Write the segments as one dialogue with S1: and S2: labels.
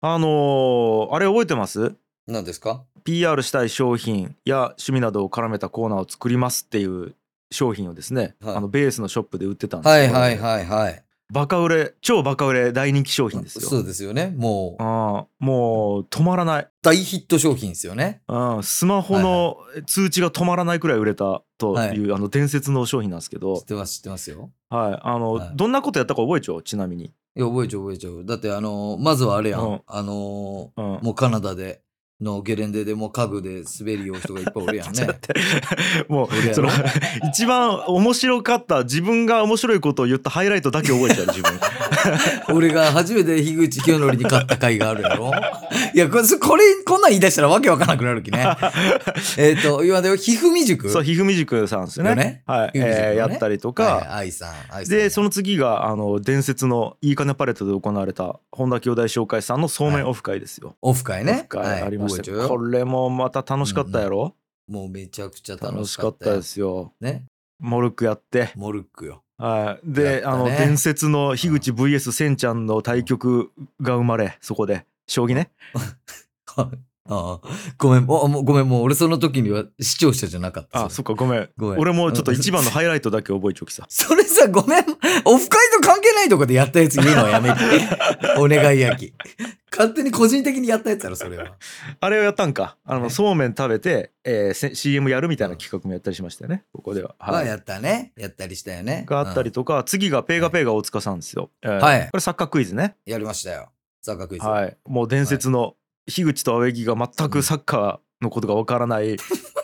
S1: あのーあれ覚えてます
S2: 何ですか
S1: ?PR したい商品や趣味などを絡めたコーナーを作りますっていう商品をですね、
S2: はい
S1: あのベースのショップで売ってたんです
S2: は
S1: け
S2: い
S1: ど、
S2: はいはいはい。
S1: バカ売れ超バカ売れ大人気商品ですよ。
S2: そうですよね。もう
S1: あーもう止まらない、
S2: 大ヒット商品ですよね。
S1: うん、スマホの通知が止まらないくらい売れたという、あの伝説の商品なんですけど
S2: 知っ、てます知ってますよ。
S1: はいあの
S2: はい
S1: どんなことやったか覚えちゃうちなみに、
S2: いや覚えちゃう覚えちゃう。だってあのーまずはあれやん。
S1: うん
S2: あの
S1: うん、
S2: ーもうカナダでのゲレンデでもう家具で滑りよう人がいっぱいおるやん
S1: ちょっと
S2: ね。
S1: 待って も
S2: 俺や
S1: う
S2: ろ
S1: その一番面白かった自分が面白いことを言ったハイライトだけ覚えちゃう自分
S2: 俺が初めて樋口清則に勝った回があ るやろいや、これ、これ、こんなん言い出したらわけわからなくなる きね。えっと、今でよ、ひふみ塾
S1: そうひふみ塾さんですよ
S2: よ
S1: ね
S2: ね
S1: はい、
S2: ひふみ塾の
S1: えー
S2: ね
S1: やったりとか、
S2: はい愛さん、愛さん。
S1: でその次があの伝説のいいかねパレットで行われた本田兄弟紹介さんのそうめんオフ会ですよ、
S2: オフ会
S1: オ
S2: ね
S1: フ。会ありましたよ、
S2: 覚えちゃう
S1: こ
S2: よ
S1: れもまた楽しかったやろ、
S2: もうめちゃくちゃ
S1: 楽
S2: 楽
S1: し
S2: し
S1: か
S2: か
S1: っ
S2: ったた
S1: で
S2: よ。
S1: すよ
S2: ね。
S1: モルックやって
S2: モルックよ。
S1: はい、で、
S2: やった
S1: あの
S2: ね
S1: 伝説の樋口 VS せんちゃんの対局が生まれそこで将棋ね
S2: ああごめん、もうもうごめん、もう俺その時には視聴者じゃなかった。
S1: あそっかごめん
S2: ごめん
S1: 俺もちょっと一 番の
S2: うん
S1: ハイライトだけ覚えちょきさ
S2: それさ、ごめん、オフ会と関係ないとこでやったやつ言うのはや めて。お願いやき。勝手に個人的にやったやつやろ、それは。
S1: あれをやったんかあの
S2: ね
S1: そうめん食べて、えーせ CM やるみたいな企画もやったりしましたよねここでは、
S2: は
S1: はい、
S2: やったね。やったりしたよね。
S1: があったりとか、次がペーガペーガ大塚さんですよ、えー
S2: はい
S1: これサッカークイズね
S2: うんやりましたよ。サッカークイズ。
S1: はいもう伝説の樋口と青柳が全くサッカーのことがわからない、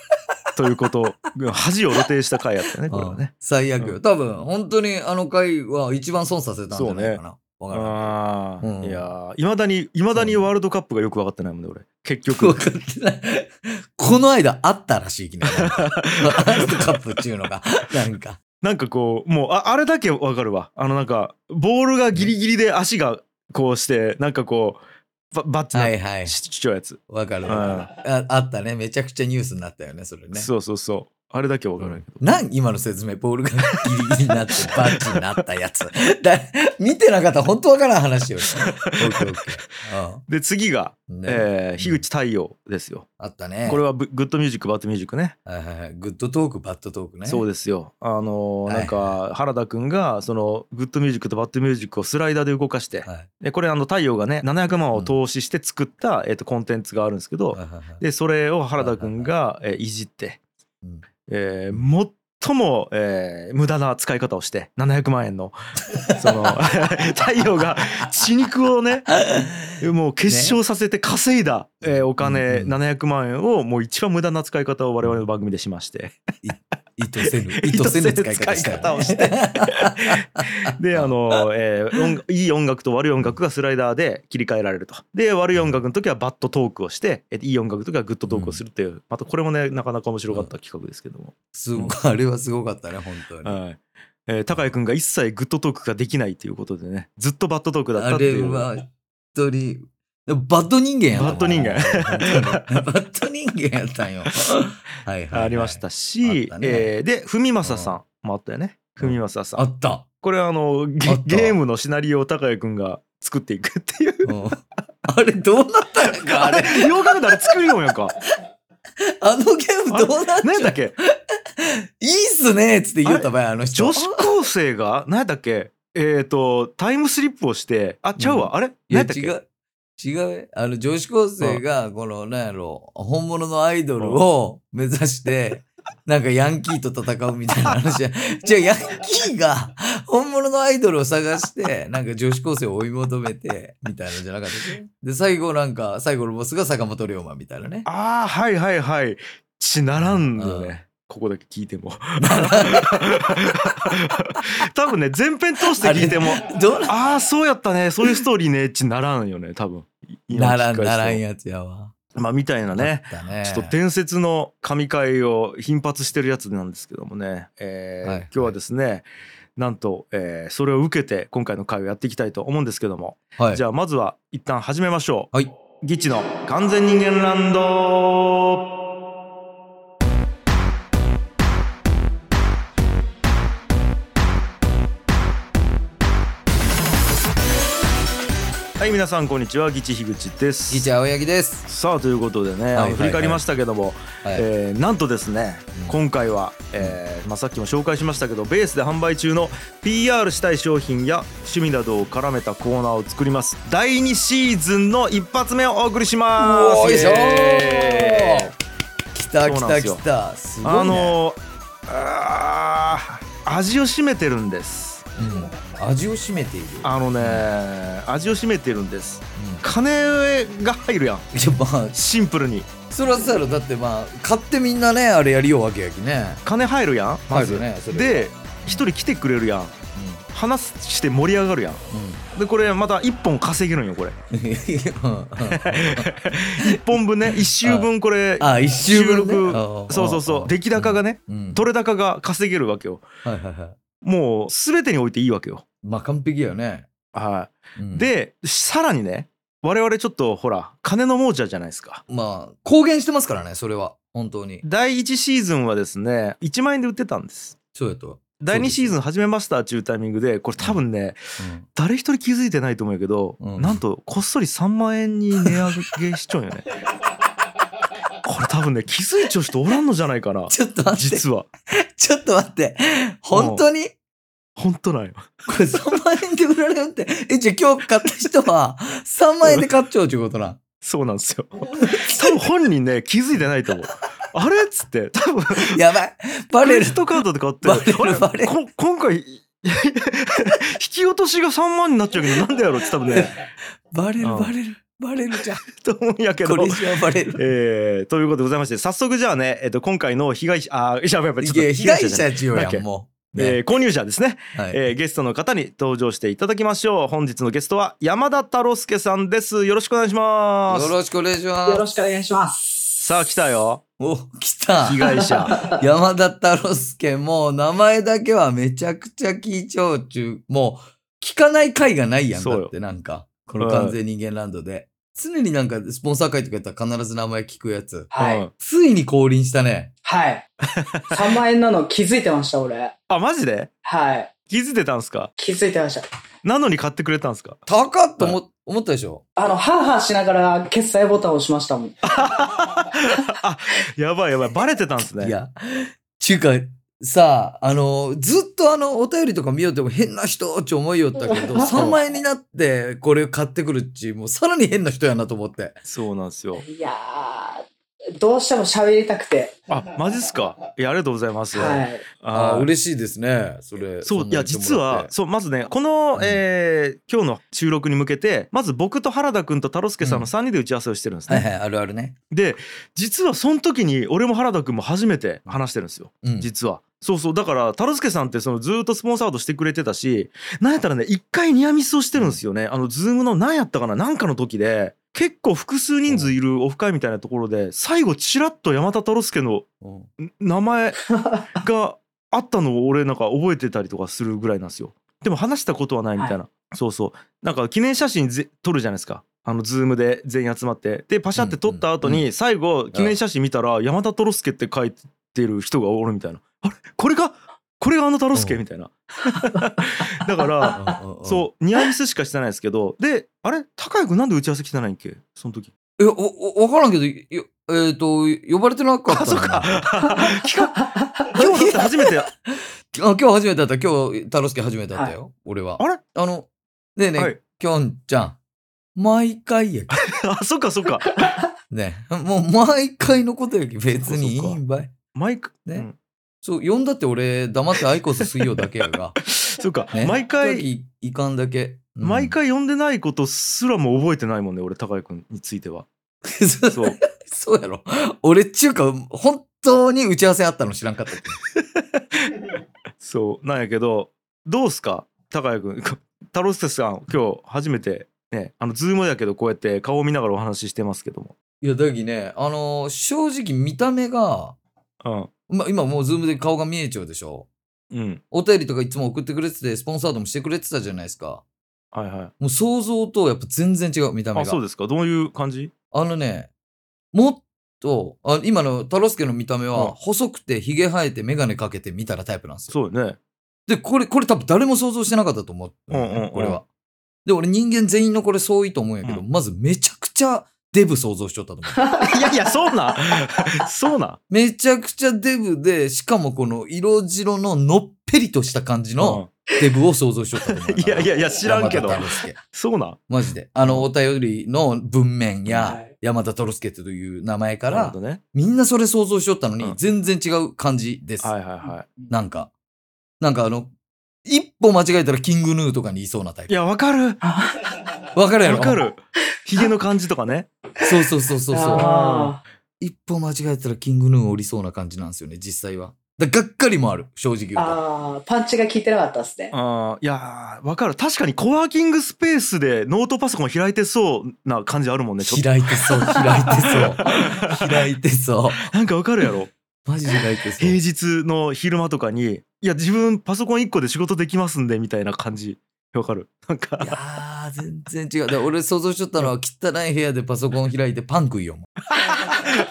S1: ということを恥を露呈した回やったよねこれは
S2: うん
S1: ね
S2: 最悪
S1: う
S2: よ。多分、本当にあの回は一番損させたんじゃないかな。わからん。
S1: ああ、
S2: うん
S1: いやいまだにいまだにワールドカップがよく分かってないもんね俺結
S2: 分
S1: 局
S2: かってない。この間あったらしい、き なり。ワールドカップっていうのが、なんか。
S1: なんかこうもうああれだけ分かるわあのなんかボールがギリギリで足がこうしてなんかこうババッチな、
S2: はいはい。
S1: しちっちゃいやつ、
S2: わかるわかるあ。あったね。めちゃくちゃニュースになったよね、それね。
S1: そうそうそうあれだけ分からんけど、
S2: なん今の説明、ボールがギリギリに なってバッチになったやつ。だ見てなかったら本当わからん 話よ。オッケーオッケー
S1: で次が、
S2: うんね
S1: えー、樋口太陽ですよ、
S2: あったね。
S1: これはブグッドミュージックバッドミュージックね
S2: はいはいはい。グッドトーク、バッドトークね。
S1: そうですよあのー
S2: はい
S1: なんか原田くんがそのグッドミュージックとバッドミュージックをスライダーで動かして、
S2: はい
S1: でこれあの太陽がね700万を投資して作った、えっとコンテンツがあるんですけど、
S2: はいはいはい
S1: でそれを原田くんが、えーいじって、
S2: うん
S1: えー最も、えー無駄な使い方をして700万円の その太陽が血肉をねもう結晶させて稼いだ、えーお金
S2: うんうん
S1: 700万円をもう一番無駄な使い方を我々の番組でしま して
S2: 意図せぬ。
S1: 意図せぬ使い方
S2: したよね
S1: をしてであの、えー音いい音楽と悪い音楽がスライダーで切り替えられるとで悪い音楽の時はバッドトークをしてえいい音楽の時はグッドトークをするっていう、またこれもねなかなか面白かった企画ですけども、
S2: すごい、あれはすごかったね、本当に。
S1: はいえー、高井君が一切グッドトークができないということでねずっとバッドトークだった
S2: あ
S1: ってい
S2: れ
S1: う
S2: は、本当に、バッド人間やったもん。
S1: バッド人間
S2: 本当にバッド人間やったんよ。はいはい、はい。
S1: ありまし。たし、
S2: あったね
S1: えーで文正さんもあったよね
S2: うん
S1: 文正さん、
S2: あった。
S1: これはあのゲ
S2: あった
S1: ゲームのシナリオを高井君が作っていくっていう
S2: うんあれ、どうなったのか、 あ
S1: あ
S2: れ。
S1: れよう考えたら作るようやんか
S2: あのゲームどうなった
S1: 何やったっ け
S2: いいっすねっつって言った場合、あの人。
S1: 女子高生が何やったっけえっ、とタイムスリップをしてあちゃうわ、
S2: う
S1: あれ
S2: いや、
S1: 何やったっ
S2: 違
S1: け
S2: う。違う。あの、女子高生が、この、なんやろ、本物のアイドルを目指 して、なんかヤンキーと戦うみたいな話や。じゃあ、ヤンキーが本物のアイドルを探 して、なんか女子高生を追い求めて、みたいなのじゃなかったっけで、最後なんか、最後のボスが坂本龍馬みたいなね。
S1: ああはいはいはい血ならんよねここだけ聞いて も多分ね全編通して聞いても
S2: どうな、
S1: ああそうやったねそういうストーリーね血ならんよね多分
S2: ならん、ならん
S1: や
S2: やつやわ。
S1: まあみたいなね
S2: だね。
S1: ちょっと伝説の神回を頻発してるやつなんですけどもね、えー
S2: はい
S1: 今日はですねなんと、えーそれを受けて今回の回をやっていきたいと思うんですけども、
S2: はい。
S1: じゃあまずは一旦始めましょう。
S2: はい。
S1: ギチの完全人間ランドはい、はい皆さんこんにちはギチ樋口です
S2: ギチ青柳です。
S1: さあということでね、
S2: いはいはい
S1: 振り返りましたけども、
S2: はい。
S1: えーなんとですね、
S2: うん
S1: 今回は、えーまあ、さっきも紹介しましたけどベースで販売中の PR したい商品や趣味などを絡めたコーナーを作ります第2シーズンの一発目をお送りします
S2: おいしょ
S1: イエーイ
S2: 来た来
S1: そうなんで
S2: た
S1: すよ
S2: 来た。すごいね。
S1: あのーあー味を占めてるんです
S2: うん味を占めている。
S1: あのね、味を占めてるんです金が入るやん
S2: うんいやまあ
S1: シンプルに
S2: そらそらだってまあ買ってみんなねあれやりようわけやきね。
S1: 金入るやんまず、
S2: 入るねそれは
S1: で一人来てくれるやん話して盛り上がるやんでこれまた1本稼げるんよこれ
S2: うんうんうん。
S1: 1本分ね1週分これ
S2: あ一周分ね
S1: 収録
S2: あああ
S1: そうそうそう出来高がね
S2: うん。
S1: 取れ高が稼げるわけよ
S2: はいはいはい。
S1: もう全てにおいていいわけよ
S2: まあ完璧やね。
S1: は
S2: う
S1: い
S2: ん、
S1: でさらにね我々ちょっとほら金の亡者じゃないですか
S2: まあ公言してますからねそれは本当に。
S1: 第1シーズンはですね1万円で売ってたんです
S2: そうやと。
S1: 第2シーズン始めましたっていうタイミングでこれ多分ね
S2: うん
S1: 誰一人気づいてないと思うけど、
S2: うん
S1: なんとこっそり3万円に値上げしちゃうんよ ねこれ多分ね気づいちゃう人おらんのじゃないかな
S2: ちょっと待って。
S1: 実は
S2: ちょっと待って。本当に
S1: 本当なんよ
S2: これ3万円で売られるって。え、じゃあ今日買った人 は3万円で買っちゃうってことな。
S1: そうなんですよ多分本人ね気づいてないと思うあれっつって多分
S2: やばい。バ
S1: ク
S2: レ
S1: レ
S2: る
S1: ジッ。トカードで買って
S2: バレる
S1: あれ
S2: バレる
S1: こ今回引き落としが3万になっちゃうけどなんでやろうって多分ね
S2: バレる
S1: うん
S2: バレる。バレるじゃん。
S1: と思うんやけど
S2: これ以上 バレる。
S1: えー、ということでございまして早速じゃあね、えっと今回の被害者あーやばいやばいちょっ
S2: いや
S1: と
S2: 被害
S1: じゃない
S2: 者中や
S1: なんだっけ
S2: ん、もう。
S1: え
S2: ね
S1: ー購入者ですね、
S2: はい
S1: えーゲストの方に登場していただきましょう本日のゲストは山田太郎介さんですよろしくお願いします
S2: よろしくお願いし
S3: よ
S2: ま
S3: ろ
S2: す。
S3: しくお願いします。
S1: さあ来たよ
S2: お、来た
S1: 被。害 者
S2: 山田太郎介もう名前だけはめちゃくちゃ聞いちゃうちゅう。もう聞かない回がないやん
S1: そう
S2: だ
S1: よ
S2: ってなんか、この完全人間ランドで。常になんかスポンサー会とかやったら必ず名前聞くやつ。
S3: は
S1: う
S3: い
S1: ん。
S2: ついに降臨したね。
S3: はい。3万円なの気づいてました、俺。
S1: あマジで
S3: はい。
S1: 気づいてたんすか
S3: 気づいてました。
S1: なのに買ってくれたん すか
S2: 高っと思,、思ったでしょ
S3: あの、ハーハーしながら決済ボタンを押しましたもん。
S1: やばいやばいバレてたんすね
S2: いや。ちゅうか、さあ、あの、ずっとあの、お便りとか見よっても変な人って思いよったけど、3 万円になってこれ買ってくるっち、もうさらに変な人やなと思って。
S1: そうなんですよ
S3: いやー、どうしても喋りたくて。
S1: あマジっすかいやありがとうございます、
S3: はい。
S2: あ
S1: ー
S2: あ、嬉しいですね。それ。
S1: そうんい
S2: な
S1: や
S2: に言っ
S1: 実
S2: てもらっ
S1: は
S2: て
S1: そうまずねこの、
S2: ん
S1: えー今日の収録に向けてまず僕と原田君と太郎介さんの3人で打ち合わせをしてるんですね、
S2: はいはい、あるあるね。
S1: で実はその時に俺も原田君も初めて話してるんですよ
S2: うん。
S1: 実は。そうそうだから太郎介さんってそのずーっとスポンサードしてくれてたしなんやったらね一回ニアミスをしてるんですよね、あのズームの何やったかななんかの時で結構複数人数いるオフ会みたいなところで最後ちらっと山田太郎介の
S2: うん
S1: ん名前があったのを俺なんか覚えてたりとかするぐらいなんですよでも話したことはないみたいな、そうそうなんか記念写真ぜ撮るじゃないですかあのズームで全員集まってでパシャって撮った後
S2: うん
S1: に最後記念写真見たら山田太郎介って書いてる人がおるみたいなあれこれがこれがあの太郎介
S2: うん
S1: みたいな だからそうニアミスしかしてないですけどであれ高谷君なんで打ち合わせ来てないんけその 時
S2: うん。え、お、お、わからんけど、よえっと、呼ばれてなかった
S1: あ
S2: の。
S1: そっか企画今日だって初めて
S2: あ今日初めてだった。今日、太郎介初めてだったよ。俺は。
S1: あれ
S2: あの、 ねえね
S1: は
S2: え
S1: い、
S2: きょんちゃん。毎回やけ。
S1: あそっかそっか
S2: ね え。もう毎回のことやけ。別にい
S1: そうか
S2: いんばい。
S1: マイク
S2: ね
S1: うん
S2: そう、呼んだって俺、黙ってアイコス水曜だけやが。
S1: そうか、
S2: ね
S1: 毎回、
S2: 時いかんだけ。うん
S1: 毎。回読んでないことすらも覚えてないもんね俺高井君については
S2: そ
S1: そう う
S2: そうやろ。俺、ちゅうか、本当に打ち合わせあったの知らんかった。
S1: そうなんやけどどうすか高井君 太郎介さん今日初めてねあのズームやけどこうやって顔を見ながらお話ししてますけども
S2: いや、だきね、あのー正直見た目が、ま、今もうズームで顔が見えちゃうでし
S1: うん
S2: ょ。
S1: うん
S2: お便りとかいつも送ってくれてて、スポンサードもしてくれてたじゃないですか。
S1: はいはい
S2: もう想像とやっぱ全然違う、見た目
S1: あ
S2: が。
S1: そうですかどういう感じ
S2: あのね、もっと、あ今の太郎介の見た目
S1: うん
S2: は、細くて、髭生えて、眼鏡かけてみたいなタイプなんですよ。
S1: そうよね
S2: で、これ、これ多分誰も想像してなかったと思う、
S1: うんうんうん
S2: これは。で、俺人間全員のこれそういいと思うんやけど、
S1: う
S2: まずめちゃくちゃデブ想像しとったと思う。
S1: いやいや、そうなん。 そうなん。
S2: めちゃくちゃデブで、しかもこの色白ののっぺりとした感じのデブを想像しとったと思う。
S1: いやいやいや、知らんけど
S2: 山。田太郎介
S1: そうなん。
S2: マジで。あの、お便りの文面
S3: は
S2: や
S3: い、
S2: 山田トロスケという名前か
S1: なる
S2: ら
S1: ほ、どね。
S2: みんなそれ想像しとったの
S1: う
S2: に
S1: ん、
S2: 全然違う感じです。
S1: はいはいはい。
S2: なんか、なんかあの、一歩間違えたらキングヌーとかにいそうなタイ
S1: い
S2: プ。
S1: や、わかる。
S2: わかるやろ
S1: わかる。ヒゲの感じとかね。
S2: そうそうそうそうそう。
S3: あ
S2: 一歩間違えたらキングヌー降りそうな感じなんですよね、実際は。だがっかりもある、正直言う
S3: ー
S2: と。
S3: あー、パンチが効いてなかったですね。
S1: あーいやー、わかる。確かにコワーキングスペースでノートパソコン開いてそうな感じあるもんね。ちょっ
S2: 開いて そう、開いてそう。開いて そう。
S1: と。なんかわかるやろ。
S2: マジで開いてそう
S1: 平。日の昼間とかに、いや、自分パソコン1個で仕事できますんで、みたいな感じ。わかる。なん
S2: いや
S1: か、
S2: ー、全然違う。だから俺想像しとったのは、汚い部屋でパソコン開いてパン食い よ。も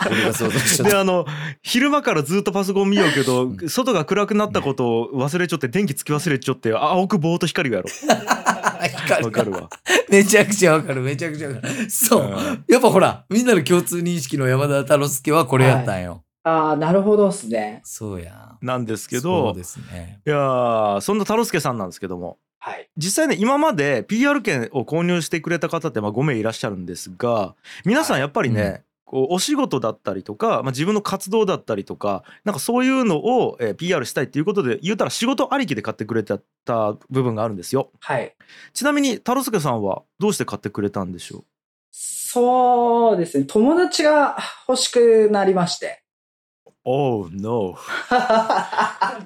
S2: う俺が想像しとっ
S1: で、
S2: た。
S1: あの、昼間からずっとパソコン見ようけど
S2: う、
S1: 外が暗くなったことを忘れちゃって、電気つき忘れちゃって、青くぼーっと光るやろ。
S2: 光
S1: わ
S2: る
S1: かるわ。
S2: めちゃくちゃわかる、めちゃくちゃわかる。 そう。
S1: うん
S2: やっぱほら、みんなの共通認識の山田太郎介はこれやったんよ。
S3: ああ、なるほどですね。
S2: そうやん。
S1: なんですけ
S2: そう
S1: ど、
S2: ですね。
S1: いやーそんな太郎介さんなんですけども、
S3: はい。
S1: 実際ね今まで PR 券を購入してくれた方ってまあ5名いらっしゃるんですが皆さんやっぱりね、
S2: うん
S1: こうお仕事だったりとか、まあ、自分の活動だったりとかなんかそういうのを、えー PR したいっていうことで言うたら仕事ありきで買ってくれてた部分があるんですよ
S3: はい。
S1: ちなみに太郎介さんはどうして買ってくれたんでしょ
S3: そうですね。友達が欲しくなりまして。
S1: う ?Oh no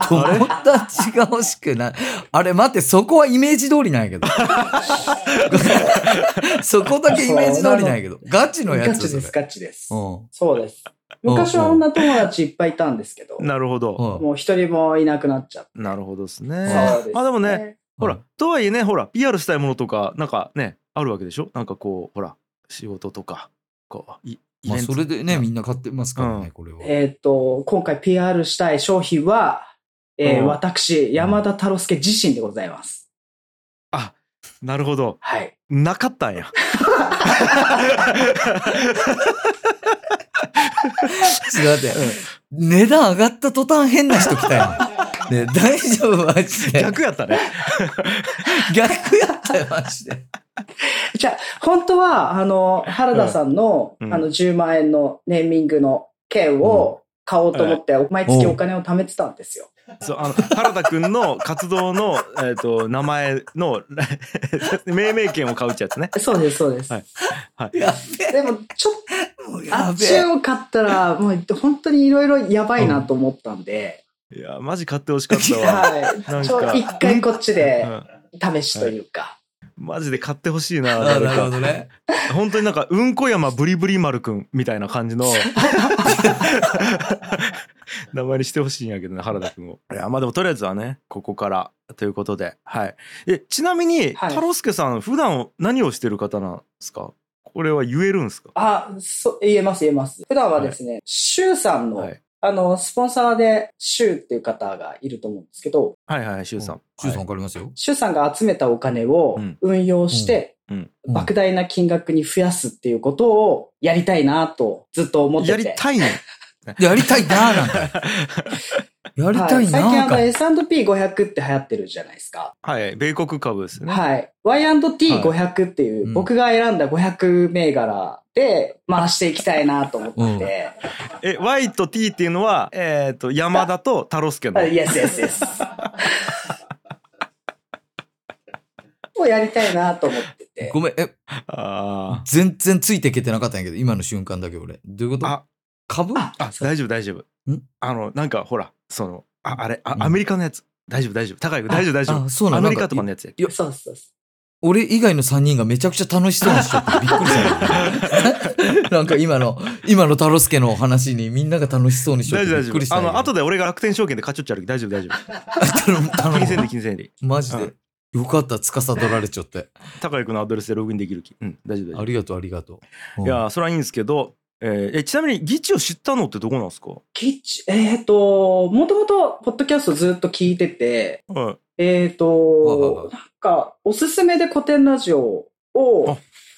S2: 友達が欲しくない。あれ、待って、そこはイメージ通りなんやけど。 そこだけイメージ通りなんやけど。ガチのや
S3: ガ
S2: つそ
S3: チで
S2: れ
S3: す、ガチです。
S2: うん。
S3: そうです。昔は女友達いっぱいいたんですけど、
S1: なるほど
S2: うん
S3: もう一人もいなくなっちゃって。
S1: なるほどです
S3: そう
S1: ね
S3: ですね
S1: まあでもね、ほ
S2: う
S1: ら
S2: ん、
S1: とはいえね、ほら、PR したいものとか、なんかね、あるわけでしょなんかこう、ほら、仕事とか、こう、いイ
S2: まあ、
S1: ベント
S2: それでね、みんな買ってますからね、これは。
S3: えっ、と、今回 PR したい商品は、えー
S1: うん
S3: 私、山田太郎介自身でございます。
S1: あ、なるほど。
S3: はい。
S1: なかったんや。
S2: ちょっと待って、値段上がった途端変な人来たよ。ね、大丈夫マジで。
S1: 逆やったね。
S2: 逆やったよ、マジで。
S3: じゃあ、本当は、あの、原田さんの、
S1: うん
S3: あの、10万円のネーミングの券を買おうと思って、毎月お金を貯めてたんですよ。
S1: そう、あの、原田くんの活動の、 えっと、名前の、 命名権を買うってやつね。
S3: そうです、そうです。
S1: はい
S2: や
S3: でも、ちょっと、
S2: べえ。
S3: あ
S2: や
S3: っ
S2: べ
S3: ち
S2: え。
S3: を買ったら、もう、本当にいろいろやばいなと思ったんで、
S1: いや、マジ買ってほしかったわ。な
S3: は
S1: ん
S3: い。
S1: か
S3: ちょ一回こっち
S1: う
S3: で
S1: ん
S3: 試しというか。
S1: マジで買ってほしいな。
S2: あ
S1: 誰
S2: なる
S1: か
S2: ほどね。
S1: 本当になんか、うんこ山ブリブリ丸くんみたいな感じ の名前にしてほしいんやけどね、原田くんを。いや、まあでもとりあえずはね、ここからということで。はい。え、ちなみに、
S3: はい
S1: 太郎介さん、普段何をしてる方なんですかこれは言えるんですか
S3: あ、そう、言えます、言えます。普段はですね、シュウさんの、
S1: はい。
S3: あの、スポンサーでシュウっていう方がいると思うんですけど、
S1: はいはい、シュウさん。
S2: シュウさん
S1: はい
S2: わかりますよ。
S3: シュウさんが集めたお金を
S1: うん
S3: 運用して、
S1: うん
S2: うん
S3: 莫大な金額に増やすっていうことをやりたいなとずっと思ってて。
S1: やりたいね。
S2: やりたいな ーなんか。やりたいな
S3: はい、
S2: ーか。
S3: 最近あの S&P500 って流行ってるじゃないですか。
S1: はい、米国株ですよね。
S3: はい。Y&T500 っていう、
S2: うん
S3: 僕が選んだ500銘柄で回していきたいなと思ってて。
S1: え、Y と T っていうのは、えっ、と、山田と太郎介の
S3: あ。イエスイエスイ エス。をやりたいなと思ってて。
S2: ごめん、え、
S1: あ
S2: 全然ついていけてなかったんやけど、今の瞬間だけ俺。どういうこ
S1: ーあ
S2: と。株
S3: あ
S1: あ大丈夫大丈夫
S2: ん
S1: あのなんかほらそのああれあ
S2: うん
S1: アメリカのやつ大丈夫大丈夫高井君大丈夫大丈
S2: あそう
S1: 夫
S2: な
S1: ア
S2: の
S1: メリカとかのやつや
S2: いや
S3: そうそうそ
S2: 俺以外の3人がめちゃくちゃ楽しそうにしちゃってびっ くりした。なんか今の、今の太郎介のお話にみんなが楽しそうにしちゃ
S1: 大
S2: って
S1: 丈夫大
S2: びっ
S1: 丈
S2: くりした
S1: 夫
S2: ん
S1: あ
S2: やけど。
S1: の後で俺が楽天証券で勝ち取っちゃうけど大丈夫 大丈
S2: 頼む、
S1: 夫
S2: 頼
S1: 気にせん
S2: む
S1: で。気にせんで
S2: マ ジ
S1: う
S2: で。よかった、つかさ取られちゃって。
S1: 高井君のアドレスでログインできる気うん大丈夫大丈
S2: ありがとう、ありがとう。
S1: 夫いやーそれはいいんですけどえーえちなみに議長知ったのってどこなんですか、
S3: キッチえっ、と、もともと、ポッドキャストずっと聞いてて、
S1: はい、
S3: えっ、
S2: わかるわ
S3: と
S2: か、
S3: なんか、おすすめで古典ラジオ
S1: あ
S3: を、
S1: はいはいは
S3: 2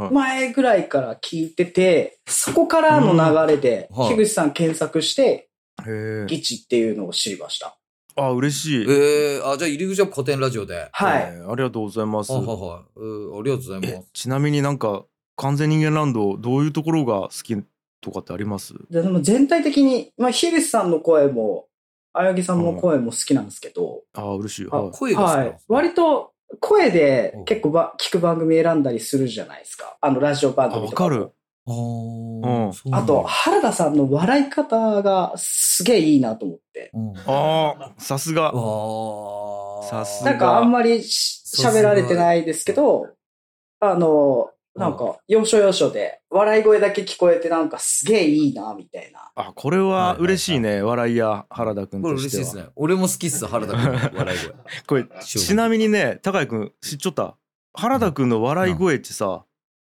S3: 年
S1: い
S3: 前ぐらいから聞いてて、そこからの流れで、
S2: うんはい
S3: 樋口さん検索して、
S1: へえ
S3: ギチっていうのを知りました。
S1: あ嬉しい、
S2: えー、あ、じゃあ入り口は古典ラジオで。はい
S3: はい。
S1: えーありがとうございます
S2: はいはい。うんありがとうございます。
S1: ちなみになんか完全人間ランドどういうところが好きとかってあります
S3: ででも全体的に、まあ、樋口さんの声も、青柳さんの声も好きなんですけど、
S1: ああ嬉しい、
S3: あ
S1: はい、
S2: 声が好きなん
S3: は
S2: で
S3: い
S2: す。ね
S3: 割と、声で
S2: うん
S3: 結構ば聞く番組選んだりするじゃないですか。あの、ラジオ番
S1: あ
S3: 組
S1: わ
S3: とかも。
S1: かる
S2: あ
S1: う
S2: ー
S1: ん
S2: そうな
S3: あ
S2: んだ
S3: と、原田さんの笑い方がすげえいいなと思って。
S2: うん
S1: あーさすが
S2: わー
S1: さす
S3: なんかあんまりし
S2: そうそう
S3: 喋られてないですけど、あの、なんか、要所要所で、笑い声だけ聞こえてなんかすげえいいな、みたいな。
S1: あこれは嬉しいね、笑いや原田君
S2: これ
S1: と
S2: 嬉
S1: し
S2: しい
S1: て
S2: で
S1: は
S2: すね。俺も好きっす、原田君の 笑い声。
S1: これちなみにね高井君知っちょった原田君の笑い声ってさ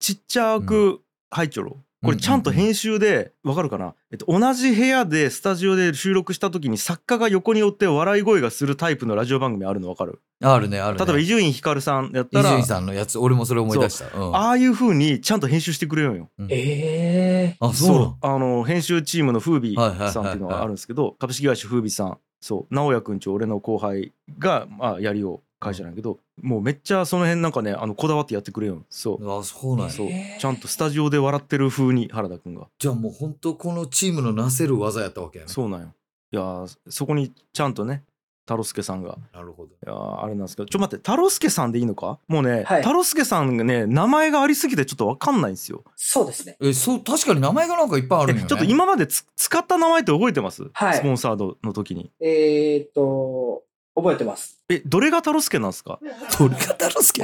S1: ちっちゃく入っちょろ、これちゃんと編集でわかるかな、えっと、同じ部屋でスタジオで収録した時に作家が横におって笑い声がするタイプのラジオ番組あるのわかる
S2: あるね、ある
S1: 例
S2: ね。
S1: えば伊集院光さんやった
S2: 伊集
S1: ら
S2: 院さんのやつ、俺もそれ思い出した。うん
S1: ああいう風にちゃんと編集してくれるんよ。
S2: うん
S3: ええ
S2: あ、そうなの
S1: あの編集チームの風美さんっていうの
S2: はいはいはいはい
S1: があるんですけど、株式会社風美さん、そう直哉くんち俺の後輩がまあやりよう会社なんやけど、もうめっちゃその辺なんかねあのこだわってやってくれよん。そう。
S2: あ、そうなんや。
S1: そう
S3: へー
S1: ちゃんとスタジオで笑ってる風に原田くんが
S2: じゃあもう本当このチームのなせる技やったわけやね。
S1: そうなんよいやーそこにちゃんとね太郎助さんが
S2: なるほど。
S1: いやーあれなんですけどちょっと待って太郎助さんでいいのかもうね、
S3: はい
S1: 太郎助さんがね名前がありすぎてちょっとわかんないんですよ
S3: そうですね。
S2: え、そう、確かに名前がなんかいっぱいあるんよ、
S1: え
S2: ね。
S1: ちょっと今までつ使った名前って覚えてます、
S3: はい
S1: スポンサードの時に
S3: えーっと、覚えてます。
S1: えどれが太郎助なんですか
S2: 鳥方郎介。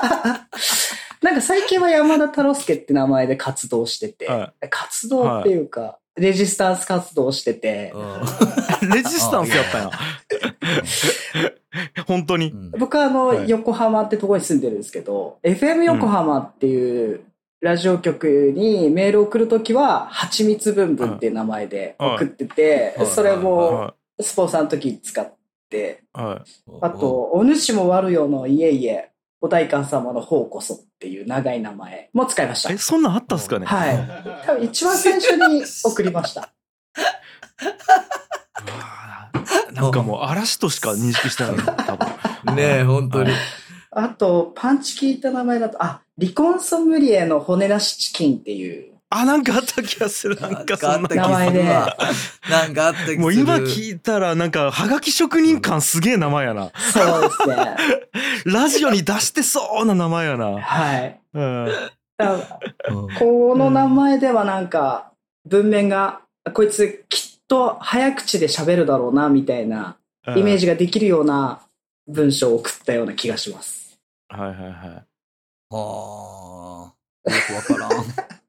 S3: なんか最近は山田太郎介って名前で活動してて、
S1: は
S3: 活動っていうか、レジスタンス活動してて、
S1: レジスタンスやったんや本当に、
S2: うん
S3: 僕はあの、
S1: はい
S3: 横浜ってとこに住んでるんですけど、FM 横浜っていうラジオ局にメール送るときは、はちみつ文文っていう名前で送ってて、
S2: はい
S3: それも
S1: は
S3: スポンサーの時に使って、
S1: いは
S3: あと、お主も悪よのいえいえ、お代官様の方こそっていう長い名前も使いまし
S1: い、え
S3: た。
S1: そんなんあったっすかね、
S3: はい。多分一番最初に送りま した。
S1: うわーなんかもう嵐としか認識してない多分
S2: ねえ、本当に。
S3: あと、パンチ聞いた名前だと、あ、離婚ソムリエの骨なしチキンっていう。
S1: あなんかあった気がするなんかそんな
S3: 名前で
S2: なんかあった気する。
S1: もう今聞いたらなんかはがき職人感すげえ名前やな
S3: そうですね。
S1: ラジオに出してそうな名前やな、
S3: はい。
S1: うん、
S3: だから
S2: うん
S3: この名前ではなんか文面が、こいつきっと早口で喋るだろうなみたいなイメージができるような文章を送ったような気がします。
S1: はいはいはい
S2: ああ、よくわか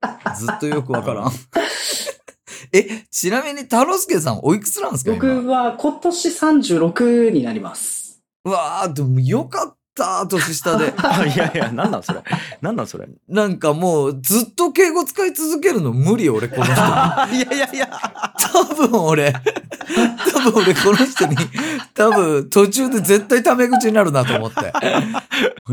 S2: らん。ずっとよくわからん。 え、ちなみに太郎介さんおいくつなんですか
S3: 僕
S2: 今
S3: は今年36になります。
S2: うわあ、でもよかった、年下 で。
S1: あいやいやなんなんそれなんなんそ れ
S2: なんかもうずっと敬語使い続けるの無理俺この 人に。
S1: いやいやいや
S2: 多分俺、多分俺この人に、多分途中で絶対タメ口になるなと思って。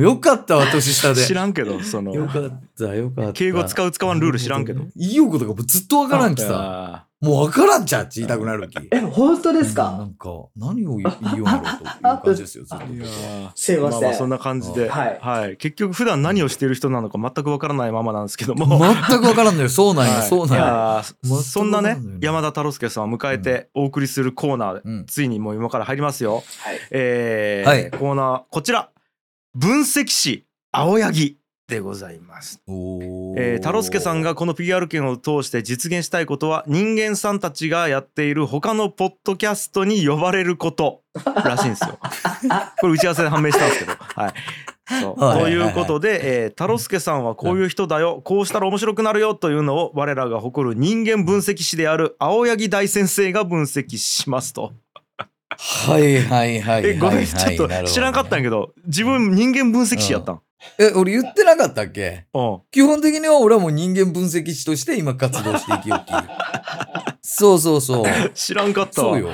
S2: よかったわ、年下で。
S1: 知らんけどその
S2: よかった、よかった。
S1: 敬語使う使わんルール知らんけど。
S2: いいよことがもうずっとわからんきさ。
S1: さ
S2: もうわからんちゃって言いたくなるき。
S3: え、本当です
S2: うんな
S3: か、
S2: んか、何を言い言いようやろうという感じですよ、ずっと。
S3: すいません。
S1: まあ、そんな感じで、
S3: は
S1: はいい結局普段何をしている人なのか全くわからないままなんですけども、
S2: 全くわからんのよ。そうなんよ、
S1: はい
S2: そうなん
S1: い
S2: よ。
S1: や
S2: 全く
S1: ー
S2: わ
S1: そんな
S2: か
S1: ね
S2: んないね
S1: 山田太郎介さんを迎えてお送りするコーナー、
S2: うん。
S1: ついにもう今から入りますよ、
S3: はい。
S1: えー
S2: はい
S1: コーナーこちら分析師青柳でございます
S2: おー
S1: えー、太郎介さんがこの PR 権を通して実現したいことは人間さんたちがやっている他のポッドキャストに呼ばれる ことらしいんですよ。これ打ち合わせで判明したんですけど。はいそう
S2: はい
S1: ということで、えー、太郎介さんはこういう人だよ、こうしたら面白くなるよというのを我らが誇る人間分析師である青柳大先生が分析しますと。
S2: はいはいはいはいはい。
S1: えごめんちょっ
S2: なるほど
S1: と
S2: ね
S1: 知らんかったんやけど自分人間分析師やったん、
S2: え、俺言ってなかったっけ
S1: うん
S2: 基本的には俺はもう人間分析士として今活動していきよ き。そうそうそう。
S1: 知らんかったわ
S2: そうよ。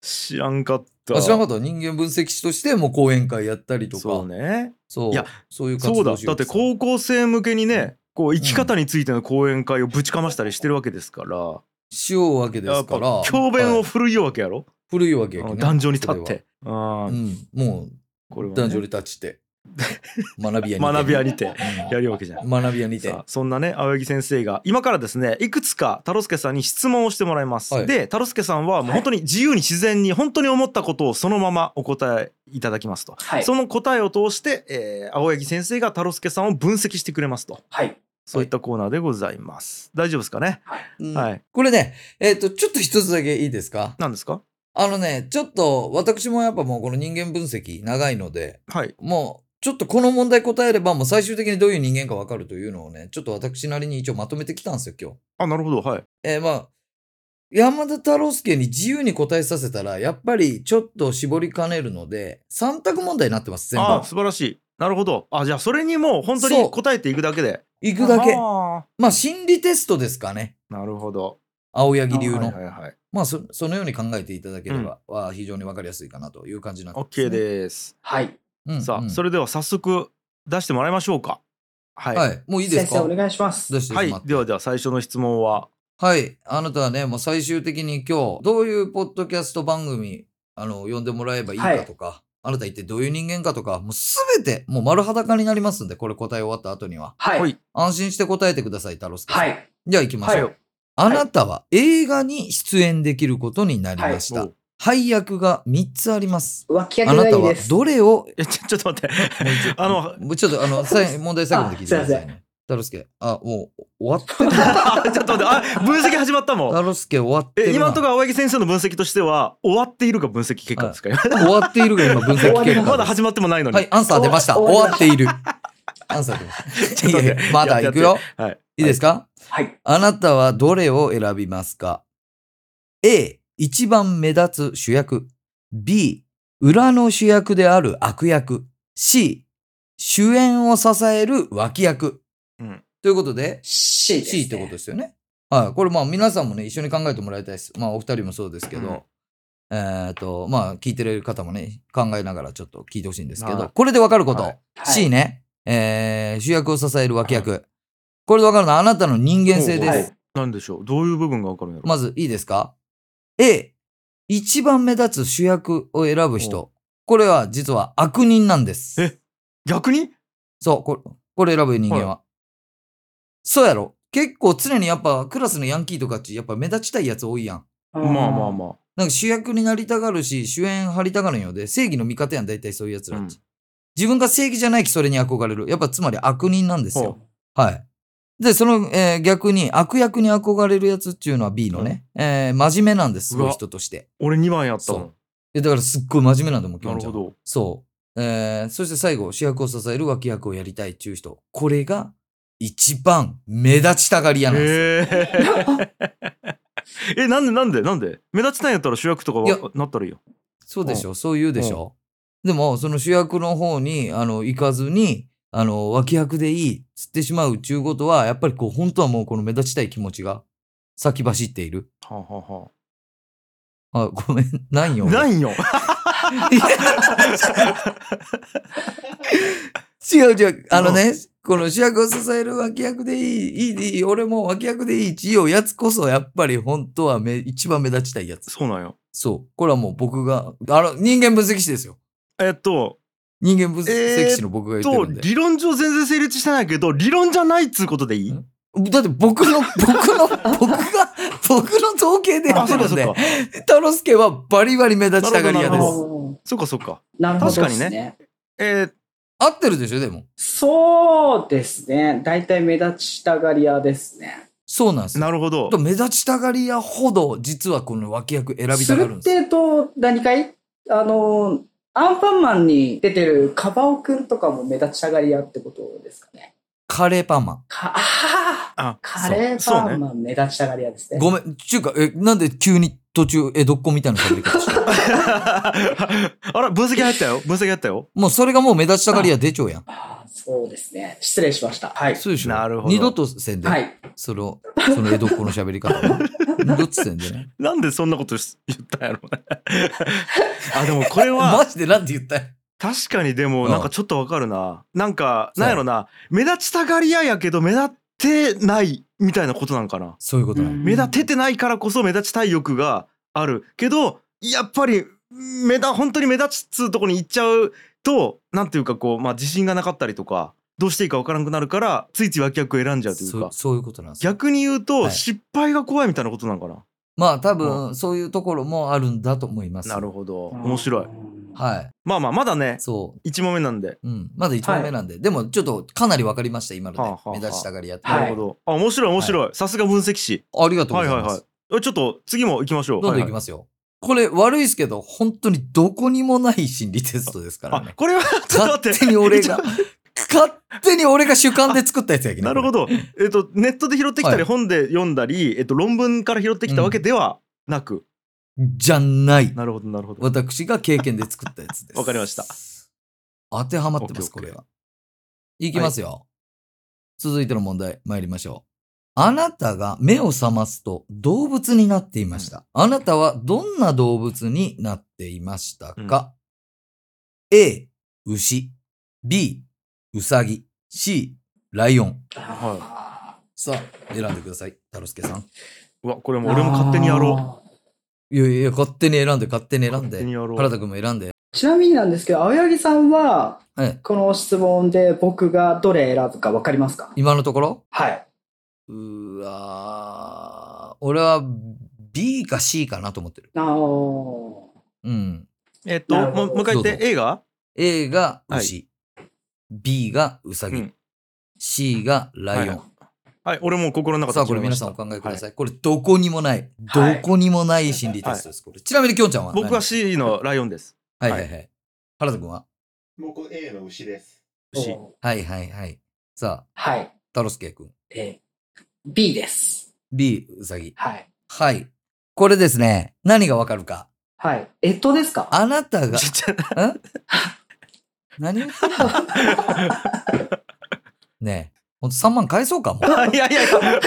S1: 知らんかった
S2: あ知らなかった人間分析士としてもう講演会やったりとか。
S1: そうね
S2: そう。
S1: いや
S2: そういう活
S1: そう
S2: 動
S1: だ
S2: をし
S1: だ
S2: よ
S1: っ
S2: うと
S1: て高校生向けにねこう生き方についての講演会をぶちかましたりしてるわけですから、
S2: しようわけで
S1: や
S2: す
S1: っ
S2: か
S1: ぱ
S2: ら。
S1: 教鞭
S2: は
S1: を
S2: い
S1: 振るいわけやろ、
S2: 古いわけや
S1: あ
S2: け
S1: の
S2: ね
S1: 壇上に立っ
S2: それは
S1: てあ
S2: う
S1: ー
S2: ん。も
S1: これは
S2: う
S1: ね
S2: 男女で立 ちて。学び屋にて。
S1: 学び屋にて
S2: う
S1: やるわけじゃん
S2: ん学び屋にて
S1: さ。あそんなね青柳先生が今からですねいくつか太郎介さんに質問をしてもらいます、
S2: はい
S1: で太郎介さんはもう本当に自由に自然に本当に思ったことをそのままお答えいただきますと、
S3: はい
S1: その答えを通して、えー青柳先生が太郎介さんを分析してくれますと
S3: はい
S1: そういったコーナーでございます、大丈夫ですかね
S2: うん
S1: はい
S2: これね、えっと、ちょっと一つだけいいですか
S1: 何ですか
S2: あのね、ちょっと私もやっぱもうこの人間分析長いので、
S1: はい
S2: もうちょっとこの問題答えればもう最終的にどういう人間かわかるというのをね、ちょっと私なりに一応まとめてきたんですよ、今日。
S1: あなるほどはい
S2: えーまあ、山田太郎介に自由に答えさせたら、やっぱりちょっと絞りかねるので、3択問題になってます、全
S1: あー。
S2: 部
S1: 素晴らしいなるほどあじゃあそれにもう本当
S2: そう
S1: に答えていくだけで
S2: いくだけ。
S1: あ
S2: まあ、心理テストですかね。
S1: ーなるほど
S2: 青柳流の。
S1: はいはいはい
S2: まあそ、そのように考えていただければ、は非常にわかりやすいかなという感じになってます、ね。
S1: OK です
S3: はい
S2: うん
S1: さ
S2: う
S1: あ
S2: ん
S1: それでは早速出してもらいましょうかはい、
S2: はい。もういいです
S3: 先
S2: か
S3: 生お願いします
S2: 出してしま
S1: は
S2: って
S1: い、ではでは最初の質問は
S2: はい。あなたはね、もう最終的に今日、どういうポッドキャスト番組、あの、呼んでもらえばいいかとか、あなた一体どういう人間かとか、もうすべて、もう丸裸になりますんで、これ答え終わった後には。
S3: は
S1: はいい
S2: 安心して答えてください、太郎さん。。
S3: はいい
S2: じゃあ行きましょう。
S3: はい
S2: あなたは映画に出演できることになりました。
S1: はい
S2: 配役が3つあります。
S3: 脇
S2: あ
S3: 役
S2: な
S3: がい
S2: た
S3: い
S2: は
S3: です
S2: どれ を、
S1: えちょちょっと待って
S2: もう一
S1: あの
S2: もうちょっとあの、さい問題最後まで聞いてくださいね。太郎介、あ、もう終わってる。
S1: あちょっと待ってあ分析始まったも
S2: 太
S1: ん
S2: 郎介終わってる
S1: え
S2: な。
S1: 今のところ青柳先生の分析としては終わっているか分析結果ですか、
S2: 終わっているが今分析
S3: 終わり
S2: 結
S3: も
S2: 果。
S1: まだ始まってもないのに
S2: はい、アンサー出ました。
S3: 終
S2: 終
S3: わ
S2: わっている。アンサー出ました。
S1: ちょっと待って
S2: いやいやまだ行くよ。
S1: はい
S2: いいですか、
S3: はい
S2: あなたはどれを選びますか ?A、一番目立つ主役。B、裏の主役である悪役。C、主演を支える脇役。
S1: うん
S2: ということで、
S3: C ですね
S2: C ってことですよね。はい。これまあ皆さんもね、一緒に考えてもらいたいです。まあお二人もそうですけど、えーっと、まあ聞いてる方もね、考えながらちょっと聞いてほしいんですけど、
S1: はい
S2: これでわかること。
S1: はい
S2: C ね、えー主役を支える脇役。これでわかるのはあなたの人間性です。
S3: はい
S1: なんでしょうどういう部分が分かるんやろ、
S2: まずいいですか ?A、一番目立つ主役を選ぶ人。これは実は悪人なんです。
S1: え逆に
S2: そう、これ、これ選ぶ人間は。そうやろ結構常にやっぱクラスのヤンキーとかっち、やっぱ目立ちたいやつ多いやん。
S3: ま
S1: まあ まあまあ
S2: なんか主役になりたがるし、主演張りたがるんよで、正義の味方やん、大体そういうやつらっち。
S1: う
S2: 自分が正義じゃないき、それに憧れる。やっぱつまり悪人なんですよ
S1: ほ。
S2: はい。で、その、えー逆に悪役に憧れるやつっていうのは B のね、えー真面目なんです、す
S1: うわ
S2: ごい人として。
S1: 俺2番やったも
S2: そ
S1: ん
S2: えだからすっごい真面目なんだもん、基
S1: な
S2: 本
S1: る
S2: ちゃ
S1: ほ
S2: ん。
S1: ど
S2: そう。えー、そして最後、主役を支える脇役をやりたいっていう人。これが一番目立ちたがり屋なんです。
S1: へええなんでなんでなんで目立ちたいんやったら主役とか
S2: いや
S1: はなったらいいよ
S2: そうでしょ、そう言うでしょ、でも、その主役の方に、あの、行かずに、あの、脇役でいいっつってしまうっちゅうことは、やっぱりこう、本当はもうこの目立ちたい気持ちが先走っている。
S1: はあ、はあは
S2: あ、ごめん、ないよ。
S1: あ、ないんよ
S2: いや 違う違う。あのね、この主役を支える脇役でいい、いいでいい、俺も脇役でいい、一位をやつこそやっぱり本当はめ一番目立ちたいやつ。
S1: そうなんよ
S2: そう。これはもう僕が、あの、人間分析師ですよ。
S1: えっと
S2: 人間分析師の僕が言って
S1: と
S2: るんで。
S1: 理論上全然成立してないけど理論じゃないっつうことでいい
S2: んだって僕 の、僕の、僕が、僕の統計でや
S1: あ
S2: って
S1: そう
S2: る
S1: か
S2: ん
S1: そう
S2: で
S1: か、
S2: 太郎介はバリバリ目立ちたがり屋
S1: な
S2: で
S1: るほ
S2: す。
S1: どそうかそうか
S3: なるほどです
S1: 確かに
S3: ね
S1: えー、
S2: 合ってるでしょ、でも。
S3: そうですね大体目立ちたがり屋ですね
S2: そうなんですよ
S1: なるほど
S2: と目立ちたがり屋ほど実はこの脇役選びた
S3: す
S2: がる
S3: る
S2: ん
S3: っ
S2: ですよ。
S3: てと何かいあのアンパンマンに出てるカバオくんとかも目立ちたがり屋ってことですかね
S2: カレーパンマン。
S3: かあ
S1: あ
S3: あ カレー
S1: そう
S3: パンマン目立ちたがり屋ですね
S2: ごめん、ちゅうか、え、なんで急に途中、え、どっこみたいな喋 り方した
S1: あら分析入ったよ分析入ったよ
S2: もうそれがもう目立ちたがり屋出ちゃうやん。
S3: あそうですね。失礼しました。はい。
S2: そうでしょ
S1: なるほど
S2: 二度とせんで、
S3: はい。
S2: その、その江戸っ子の喋り 方は。二度とせんでね。
S1: なんでそんなことし言ったんやろ うねあでもこれは
S2: マジでなんて言ったんや
S1: 確かにでも
S2: うん
S1: なんかちょっとわかるななんか
S2: そう
S1: なん
S2: や
S1: やろな目立ちたがり屋やけど目立ってないみたいなことなんかな
S2: そういうことな
S3: うん
S2: の。
S1: 目立ててないからこそ目立ちたい欲があるけどやっぱり目立本当に目立つとこに行っちゃうとなんていうかこう、まあ、自信がなかったりとかどうしていいかわからなくなるからついつい脇役を選んじゃうという
S2: そ
S1: か
S2: うそういうことなんですよ。
S1: 逆に言うと、
S2: はい
S1: 失敗が怖いみたいなことなんかな。
S2: まあ多分、そういうところもあるんだと思います。
S1: なる
S2: ほ
S1: ほど面白い。
S2: はい。
S1: まあまあまだね
S2: そ
S1: 1問目なんで。
S2: う。うん。まだ1問目なんで。でも、ちょっとかなり分かりました、今ので。
S1: はあはあはあ
S2: 目立ちたがりやって。
S3: はい
S1: なるほど。あ面白い面白い。さすが分析師。
S2: ありがとう
S1: は
S2: ござ
S1: い
S2: います。
S1: はいはい。えちょっと次も行きましょう。
S2: どんどんい
S1: はいは
S2: き
S1: い
S2: ますよ。これ悪いですけど、本当にどこにもない心理テストですから
S1: あ
S2: ね。
S1: これは ちょっと
S2: 勝
S1: 待って。
S2: 手に俺
S1: ちょ
S2: が、勝手に俺が主観で作ったやつやけ
S1: なるほ
S2: ど。
S1: ど。えっとネットで拾ってきた
S2: は
S1: り
S2: い
S1: 本で読んだりえっと論文から拾ってきたわけではなく。
S2: じゃない。
S1: なるほどなるほど。
S2: 私が経験で作ったやつです。
S1: わかりました。
S2: 当てはまってます、
S1: オッ
S2: こ
S1: ケーオ
S2: れ
S1: ッケー
S2: は。いきますよ。続いての問題、参りましょう。あなたが目を覚ますと動物になっていました。あなたはどんな動物になっていましたか、?A、牛。B、ウサギ。C、ライオン。
S3: は
S2: さあ、選んでください。太郎介さん。
S1: うわこれも俺も勝手にやろ
S3: う。
S2: いやいや、勝手に選んで、勝手に選ん
S1: う。勝手にや
S2: で。
S1: ろ
S2: 原
S1: う。
S2: 田君も選んで。
S3: ちなみになんですけど、青柳さんは、
S2: はい。
S3: この質問で僕がどれ選ぶかわかりますか
S2: 今のところ
S3: はい。
S2: うわー俺は B か C かなと思ってる。
S3: あの
S2: うん。
S1: えっと
S3: なるほ
S1: も
S3: ど
S1: うもう一回言っ
S2: どう
S1: て
S2: ぞ
S1: 映画
S2: A が
S1: はい
S2: 牛、B がウサギ、
S1: うん
S2: C がライオン。
S1: はい俺もう心の中
S2: さあ
S1: 立ち
S2: これ
S1: 上げ
S2: 皆
S1: まし
S2: さ
S1: た
S2: んお考えください。これどこにもない、
S3: はい
S2: どこにもない心理テストです。これちなみにきょんちゃんは
S1: 僕は C のライオンです。
S2: はいはいはい。原田君は
S4: 僕 A の牛です。
S3: ー
S1: 牛。
S2: はいはいはい。さあ、
S3: はい。
S2: タロスケ君。
S3: えー B です。
S2: B、ウサギ。
S3: はい。
S2: はい。これですね、何がわかるか。
S3: はい。えっとですか
S2: あなたが
S1: ち、っちゃい
S2: 何言 ってんのねえ、ほんと3万返そうかもう。
S1: いやいやいや。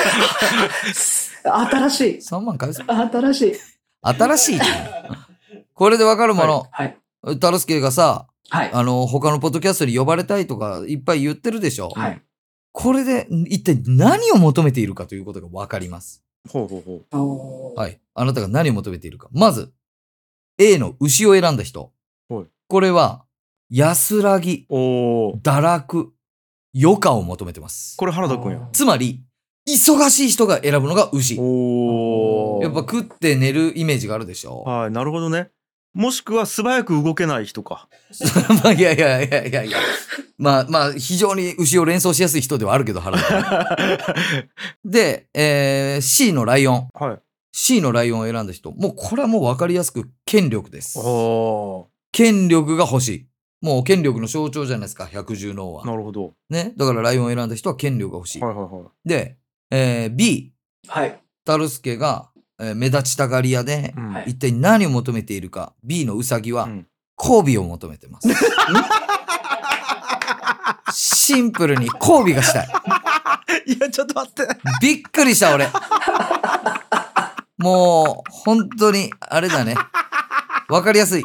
S3: 新しい。
S2: 3万返そう。
S3: 新しい。
S2: 新しいじゃん。これでわかるも
S3: はい。
S2: の、タロスケがさ、
S3: はい。
S2: あの、他のポッドキャストに呼ばれたいとかいっぱい言ってるでしょ。
S3: はい。
S2: これで一体何を求めているかということがわかります。
S1: ほうほうほう。
S3: あのー
S2: はい。あなたが何を求めているか。まず、A の牛を選んだ人。
S1: はい
S2: これは、安らぎ、
S1: おお。
S2: 堕落、余暇を求めてます。
S1: これ原田くんや。
S2: つまり、忙しい人が選ぶのが牛。
S1: おお。
S2: やっぱ食って寝るイメージがあるでしょ。
S1: はい、なるほどね。もしくは素早く動けない人か。
S2: まあ、いやいやいやいやいや。まあまあ、非常に牛を連想しやすい人ではあるけど、原田 君。
S1: は
S2: で、えー C のライオン。
S1: い。
S2: C のライオンを選んだ人。もうこれはもう分かりやすく権力です
S1: お。お
S2: 権力が欲しい。もう権力の象徴じゃないですか、百獣の王
S1: ー。な
S2: は。
S1: るほど。
S2: ね。だからライオンを選んだ人は権力が欲しい。
S1: はいはいは
S2: で、えー B、
S3: はい。
S2: タルスケが、えー目立ちたがり屋で
S1: い。う、ん
S3: はい
S2: 一体何を求めているか。B のウサギは、
S1: うん
S2: 交尾を求めてます。シンプルに交尾がしたい。
S1: いや、ちょっと待って。
S2: びっくりした、俺。もう、本当に、あれだね。わかりやすい。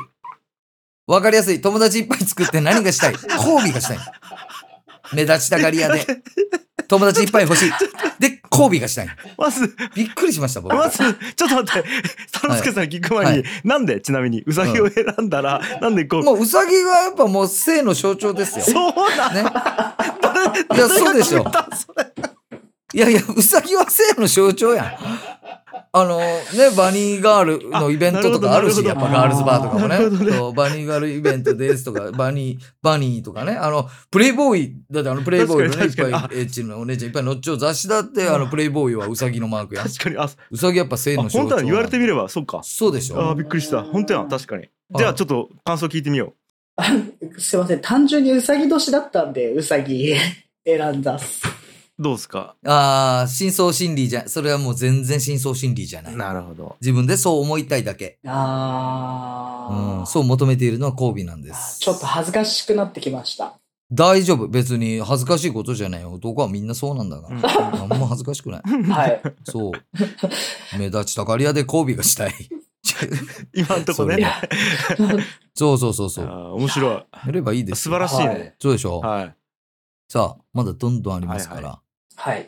S2: わかりやすい。友達いっぱい作って何がしたい交尾がしたい。目立ちたがり屋で。友達いっぱい欲しい。で、交尾がしたい。
S1: まず、
S2: びっくりしました、僕。
S1: まず、ちょっと待って。太郎介さん聞く前に、なんで、ちなみに、うさぎを選んだら、なんでこう、
S2: もう、ウサギがやっぱもう性の象徴ですよ。
S1: そうなん
S2: ね。
S1: 誰
S2: い
S1: 誰
S2: や、そう
S1: が
S2: でし
S1: 決め
S2: ょ。
S1: たそれ
S2: いやいや、ウサギは性の象徴やん。あのね、バニーガールのイベントとかあるし、
S1: あなる
S2: やっ
S1: ほ
S2: ぱ
S3: ど
S2: ガールズバーとかも
S1: なるほど
S2: ね
S1: ね
S2: そうバニーガールイベントですとか、バニー、バニーとかね、あの、プレイボーイ、だってあの、プレイボーイのね、いっ
S1: 確かに
S2: ぱい、エッチのお姉ちゃんいっぱい乗っちょう雑誌だって、あの、プレイボーイはウサギのマークやん。
S1: 確かに、あ、
S2: ウサギやっぱ性
S1: あ
S2: の象徴
S1: 本当は言われてみ
S2: る。
S1: れば、そうか。
S2: そうでし
S1: あ
S2: ょ。
S1: ーびっくりした。本当やん、確かに。じゃあ、ちょっと感想聞いてみよ
S3: すいません。単純にうさぎ年だったんで、うさぎ 選んだっす。
S1: う。どうですか
S2: ああ、真相心理じゃ、それはもう全然真相心理じゃない。
S1: るほど。
S2: 自分でそう思いたいだけ。
S3: あ
S2: う
S3: ー
S2: ん、そう求めているのは交尾なんです。
S3: ちょっと恥ずかしくなってきました。
S2: 大丈夫。別に恥ずかしいことじゃないよ。男はみんなそうなんだから。何も恥ずかしくない。
S3: はい。
S2: そう。目立ちたがり屋で交尾がしたい。
S1: 今んとこ
S2: それ
S1: ね。
S2: そうそうそう
S1: あ
S2: そう。
S1: ー面白
S2: やればいいで
S1: い。
S2: す
S1: 素
S2: よ。
S1: 晴らしいね。
S2: そうでしょ、
S1: は
S2: さあ、まだどんどんありますから。
S1: はい
S3: はい。
S1: い。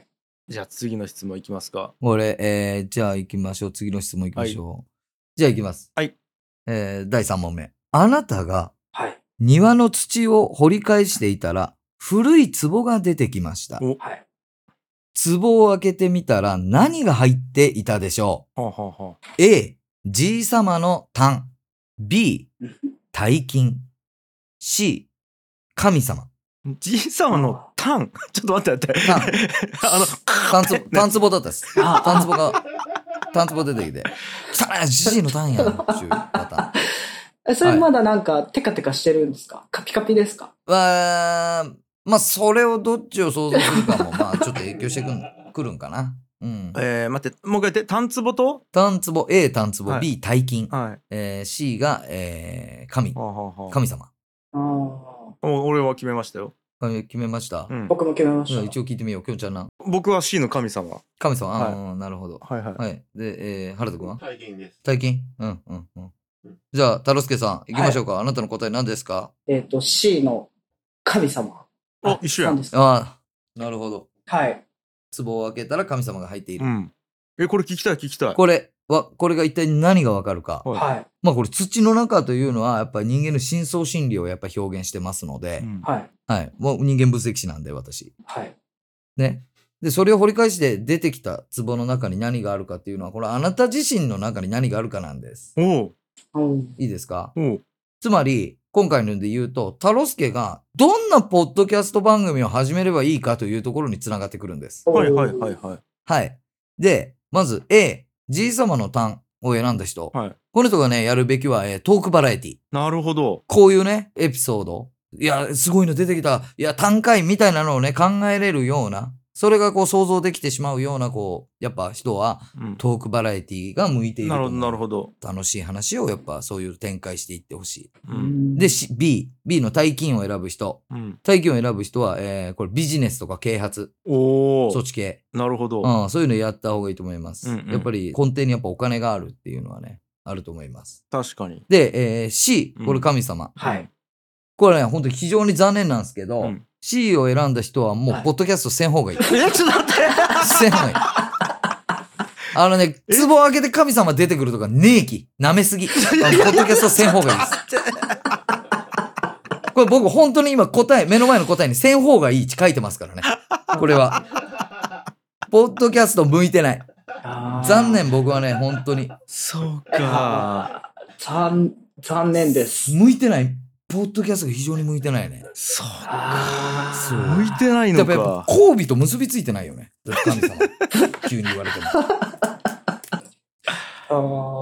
S1: じゃあ次の質問いきますか。
S2: これ、えー、じゃあ行きましょう。次の質問行きましょう。じゃあ行きます。
S1: はい。
S2: えー、第3問目。あなたが
S3: はい。
S2: 庭の土を掘り返していたら、古い壺が出てきました
S1: お。
S3: はい。
S2: 壺を開けてみたら何が入っていたでしょ
S1: はあはあは
S2: う ?A、じいさまの炭。B
S3: うん、
S2: 大金。C、神様。
S1: あじいさまのタン。 ちょっと待って待って。
S2: タ ン
S1: あの、
S2: 炭壺、炭壺だったです。
S3: あ
S2: 炭壺が、炭壺出てきて、汚いじじいの炭やんっていうパターン。
S3: えそれまだなんか、テカテカしてるんですかカピカピですか
S2: わーまあ、それをどっちを想像するかも、まあ、ちょっと影響してくん、くるんかな。うん。
S1: えー、待って、もう一回言って、タンツボと
S2: 単壺、A 単壺、
S1: はい
S2: B 大金、
S1: はい。
S2: えー C が、えー神
S1: は、あはあはあ
S2: 神様。
S3: あー
S1: お俺は決めましたよ。
S2: 神決めました。
S1: うん、
S3: 僕も決めま
S2: うん
S3: し
S2: 一応聞いてみよう、きょんちゃんな。
S1: 僕は C の神様。
S2: 神様、
S1: は
S2: あ
S1: い
S2: ーなるほど。
S1: はいはい。
S2: はい。で、えー、原田君は
S4: 体験です。
S2: 大金うん、うん、うん
S4: うん。
S2: じゃあ、太郎介さん、行きましょうか。あなたの答え何ですか
S3: た。えっ、と、C の神様。
S1: あ、一緒や
S3: なん
S1: ん。
S3: ですか
S2: ああ、なるほど。
S3: はい。
S2: 壺を開けたら神様が入っている。
S1: うん。え、これ聞きたい聞きたい。
S2: これは、これが一体何がわかるか。
S1: はい
S3: はい。
S2: まあこれ土の中というのはやっぱり人間の深層心理をやっぱ表現してますので、
S1: うん
S3: はい。
S2: はい。もう人間分析師なんで私。
S3: はい。
S2: ね。で、それを掘り返して出てきた壺の中に何があるかっていうのは、これあなた自身の中に何があるかなんです。
S1: おう
S3: うん。
S2: いいですか
S1: おう
S2: つまり、今回ので言うと、タロスケがどんなポッドキャスト番組を始めればいいかというところにつながってくるんです。
S1: はいはいはいはい。
S2: はい。で、まず A、じい様の単を選んだ人。
S1: はい。
S2: この人がね、やるべきは、えートークバラエティ。
S1: なるほど。
S2: こういうね、エピソード。いや、すごいの出てきた。いや、単回みたいなのをね、考えれるような。それがこう想像できてしまうような、こう、やっぱ人は
S1: うん
S2: トークバラエティが向いている
S1: なるほどなる
S2: ど。
S1: ほど。
S2: 楽しい話をやっぱそういう展開していってほし
S1: う。
S3: うん
S2: い。
S3: ん
S2: で、C B、B の大金を選ぶ人。
S1: うん、
S2: 大金を選ぶ人は、えー、これビジネスとか啓発、
S1: お
S2: 措
S1: お。
S2: 置系。
S1: なるほど。
S2: うん、そういうのやった方がいいと思います。
S1: うんうん
S2: やっぱり根底にやっぱお金があるっていうのはね、あると思います。
S1: 確かに。
S2: で、えー C、これ神様。
S3: はい。
S2: これね、本当に非常に残念なんですけど、
S1: うん
S2: C を選んだ人はも
S3: は
S2: う、
S3: い
S2: ポッドキャストせん方がいい。
S1: え、ちょっと待って。
S2: せん方がいい。あのね、
S1: え
S2: 壺を開けて神様出てくるとかねえき。舐めすぎ。あのポッドキャストせん方がいいです。これ僕本当に今答え、目の前の答えにせん方がいいって書いてますからね。これは。ポッドキャスト向いてない。残。念僕はね、本当に。
S1: そうか。
S3: あー残残念です。
S2: 向いてない。ポッドキャストが非常に向いてないね。
S1: そう。
S3: あー
S2: そう
S1: 向いてない
S2: や
S1: の
S2: っぱやっぱ
S1: か。
S2: 交尾と結びついてないよね。神様。 急に言われても。
S3: あ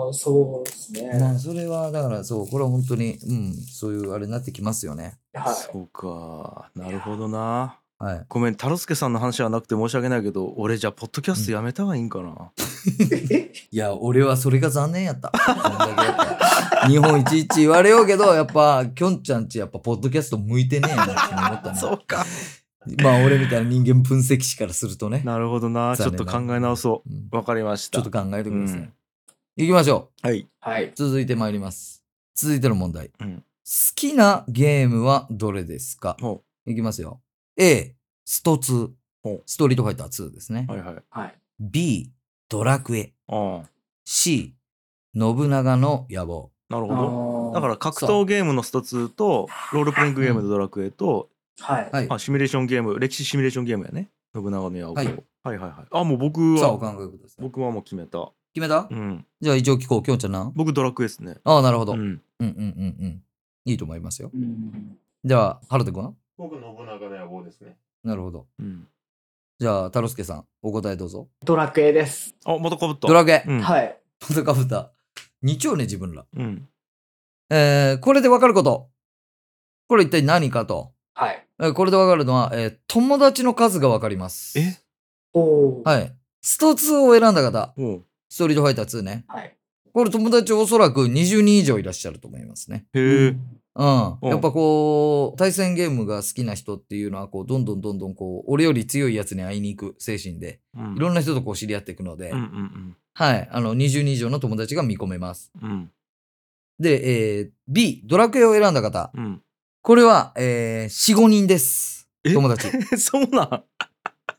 S3: あ、そうです
S2: ま
S3: ね。
S2: あ、それは、だから、そう、これは本当に、うん、そういうあれになってきますよね。
S3: はい。
S1: そうか。なるほどな。
S2: はい。
S1: ごめん、タロスケさんの話はなくて申し訳ないけど、俺じゃあ、ポッドキャストやめた方がいいんか な。
S2: いや、俺はそれが残念やった。こんだけやっぱ日本いちいち言われようけど、やっぱ、きょんちゃんち、やっぱ、ポッドキャスト向いてねえなって思 ったね。
S1: うか。
S2: まあ、俺みたいな人間分析師からするとね。
S1: なるほどな。ちょっと考え直そう
S2: うん
S1: う。わかりまし
S2: ち
S1: た。
S2: ょっと考えてください。
S1: うん
S2: 行きましょ
S1: はい。
S3: はい。
S2: う。続いて参ります。続いての問題。
S1: うん
S2: 好きなゲームはどれですか
S1: ほ
S2: いきますよ。A、スト2
S1: ほう。
S2: ストリートファイター2ですね。
S1: はいはい。
S3: はい。
S2: B、ドラクエ。
S1: うん。
S2: C、信長の野望。
S1: なるほど。
S3: だ、
S1: だからら格闘ゲームのスト2とロールプレイングゲームのドラクエと、
S3: はい。
S2: はい
S1: あ。シミュレーションゲーム歴史シミュレーションゲームやね信長の野望、
S2: はい
S1: はいはいはいあもう僕
S2: さあ、お考
S1: は
S2: えください。
S1: 僕はもう決めた、
S2: 決めた
S1: うん、
S2: じゃあ一応聞こう。きょんちゃんな。
S1: 僕ドラクエですね
S2: ああ、なるほど。
S1: う
S2: うんう
S1: ん
S2: んうんうん。いいと思いますよ。
S3: うん
S2: じゃあ、はるとくんは
S4: 僕、信長の野望ですね。
S2: なるほど。
S1: うん
S2: じゃあ、たろすけさん、お答えどうぞ。
S3: ドラクエです。
S1: あまたかぶった
S2: ドラクエ。
S1: うん、
S3: はい。
S2: またかぶった。日曜ね、自分ら。
S1: うん、
S2: えー、これでわかること。これ一体何かと。
S3: はい。
S2: えーこれでわかるのは、えー友達の数がわかります。
S1: え
S3: おお。
S2: はい。スト2を選んだ方。
S1: おう
S2: ストリートファイター2ね。
S3: はい。
S2: これ友達おそらく20人以上いらっしゃると思いますね。
S1: へえ、
S2: うん、
S1: うん
S2: やっぱこう対戦ゲームが好きな人っていうのはこうどんどんどんどんこう俺より強いやつに会いに行く精神で
S1: うん
S2: いろんな人とこう知り合っていくので、
S1: うんうん
S2: はいあの20人以上の友達が見込めます
S1: うんうん
S2: で、えー B ドラクエを選んだ方
S1: うん
S2: これは、えー、45人です
S1: え
S2: 友達
S1: そうなん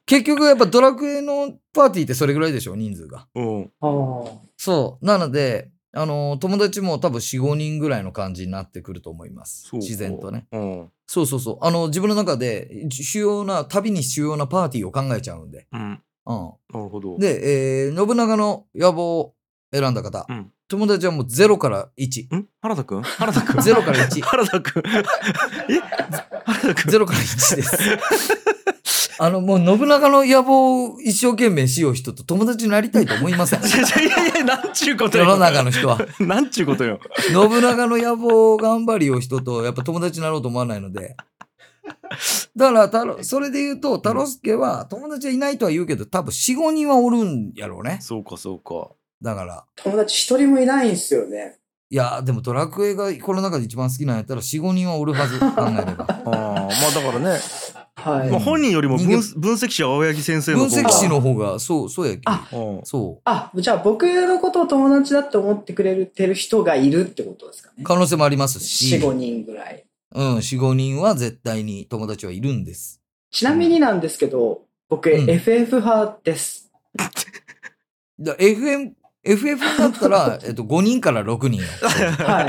S2: 結局やっぱドラクエのパーティーってそれぐらいでしょ人数が
S1: うん
S3: あー
S2: そうなのであの友達も多分45人ぐらいの感じになってくると思います
S1: そうか
S2: 自然とね
S1: うん
S2: そうそうそう。あの、自分の中で、じ主要な、旅に主要なパーティーを考えちゃうんで。
S1: うん
S2: うん。
S1: なるほど
S2: で、えー信長の野望を選んだ方。
S1: うん
S2: 友達はもう0から 1。
S1: ん原田くん原田くん
S2: 0から1。
S1: 原田 くんえ原田くん
S2: 0から1です。 あの、もう信長の野望を一生懸命しよう人と友達になりたいと思 いません。
S1: いやいやいやなんちゅうこと
S2: 世
S1: よ
S2: の中の人は。
S1: なんちゅうことよ
S2: 信長の野望を頑張りを人と、やっぱ友達になろうと思わないので。だから太郎、それで言うと、太郎介は友達はいないとは言うけど、多分4、5人はおるんやろうね。
S1: そうかそうか
S2: だから。
S3: 友達一人もいないんすよね。
S2: いや、でもドラクエがこの中で一番好きなんやったら4、5人はおる はず、考えれば。
S5: ああ、まあだからね、
S3: はい。
S1: まあ、本人よりも分
S2: 人
S1: 分析者青柳先生の
S2: 分
S1: 方が
S2: 析士の方が、そう、そうやっけ。
S3: あ
S1: うん
S2: そ
S3: あ、じゃあ僕のことを友達だって思ってくれてる人がいるってことですか
S2: う。
S3: ね。
S2: 可能性もありますし
S3: 4、、5人ぐらい。
S2: うん、4、5人は絶対に友達はいるんです。
S3: ちなみになんですけど、僕、
S2: うん
S3: FF 派 です。
S2: だ FM、FF だった ら、えっと、5人から6人よ。
S3: はい。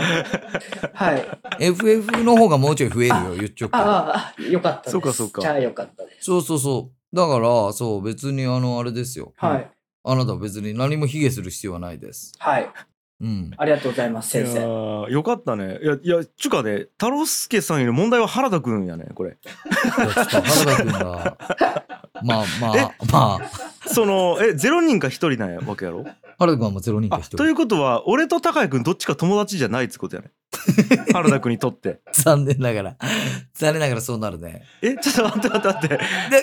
S3: はい。
S2: FF の方がもうちょい増える よ、言っちゃうから。
S3: ああ、よかったです。
S1: そうかそうか
S3: じゃあよかったです。
S2: そうそうそう。だから、そう、別にあの、あれですよ。
S3: はい。
S2: あなたは別に何も卑下する必要はないです。
S3: はい。
S2: うん。
S3: ありがとうございます、先
S1: いや
S3: 生。
S1: ーよかったねいやいやちゅうかね太郎介さんより問題は原田くんやねこれ
S2: いやちょっと原田君 が、まあまあ、まあ、
S1: そのえ0人か1人なんやわけやろ
S2: 原田君はもうゼロ人か
S1: あ
S2: 一人。
S1: ということは俺と高井くんどっちか友達じゃないって ことやね原田くんにとって
S2: 残念ながら、残念ながらそうなるね。
S1: えちょっと待って待って待っ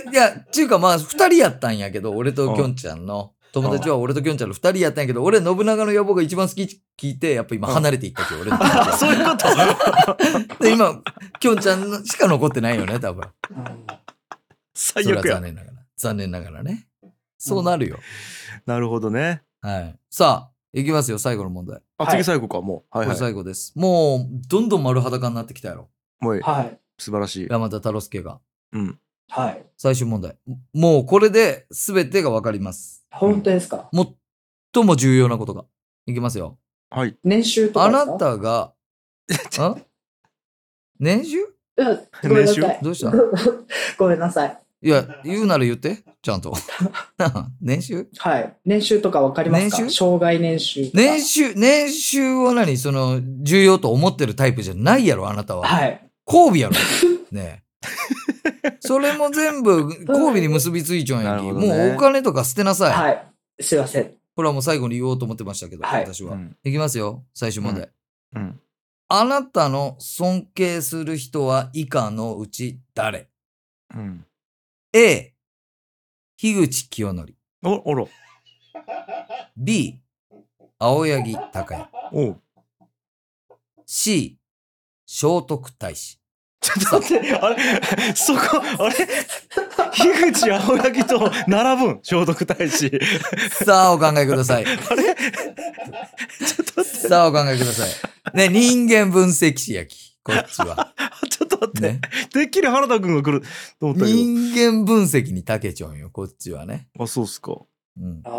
S1: て
S2: で、いや、ちゅうかまあ、二人やったんやけど、俺ときょんちゃんの。友達は俺ときょんちゃんの二人やったんやけど、俺、信長の野望が一番好きって聞いて、やっぱ今離れていったけど、俺の友
S1: あ
S2: 達
S1: そういうこと
S2: はで、今、きょんちゃんのしか残ってないよね、 多分。
S3: うん
S1: 最
S2: それは
S1: 悪や
S2: 残念ながら。残念ながらね。そうなるよ。
S1: なるほどね
S2: はい。さあ、いきますよ、最後の問題。
S1: あ
S3: はい
S1: 次最後かもうはいは
S2: これ
S1: い
S2: 最後です。もう、どんどん丸裸になってきたやろ。
S1: もういい
S3: はい。
S1: 素晴らしい
S2: 山田太郎介が。
S1: うん
S3: はい。
S2: 最終問題。もう、これで全てがわかります。
S3: 本当ですか
S2: 最も重要なことが。いきますよ。
S1: はい
S3: 年収とか
S2: あ
S3: ですか
S2: なたが、あ年収
S3: うんごめんなさ
S1: 年
S3: い。
S2: どうした
S3: ごめんなさい。
S2: いや、言うなら言って、ちゃんと。 年収
S3: はい。年収とかわかりますか
S2: 年収
S3: 障害年収とか。
S2: 年収、年収を何その、重要と思ってるタイプじゃないやろ、あなたは。
S3: はい。
S2: 交尾やろ。ねえ。それも全部交尾に結びついちゃうんや
S1: な
S2: き、
S1: るほどね
S2: もうお金とか捨てなさい。
S3: はい。すいません。
S2: これはもう最後に言おうと思ってましたけど、
S3: はい
S2: 私は、
S1: うん
S2: いきますよ、最終問題。
S1: うん
S2: あなたの尊敬する人は以下のうち誰
S1: うん
S2: ?A、樋口清則。
S1: おあら
S2: B、青柳高也。
S1: おう
S2: C、聖徳太子。
S1: ちょっと待って、あれ、 そこ、あれ、樋口青柳と並ぶん、聖徳太子。
S2: さあ、お考えく ださい。
S1: あれ、
S2: さあ、お考えください。ね、人間分析士やき。こっちは。
S1: ちょっと待って、
S2: ね。
S1: てっきり原田くんが来ると思ったけど。
S2: 人間分析に長けちゃうんよ、こっちはね。
S1: あ、そうっすか。
S2: うん。
S3: あ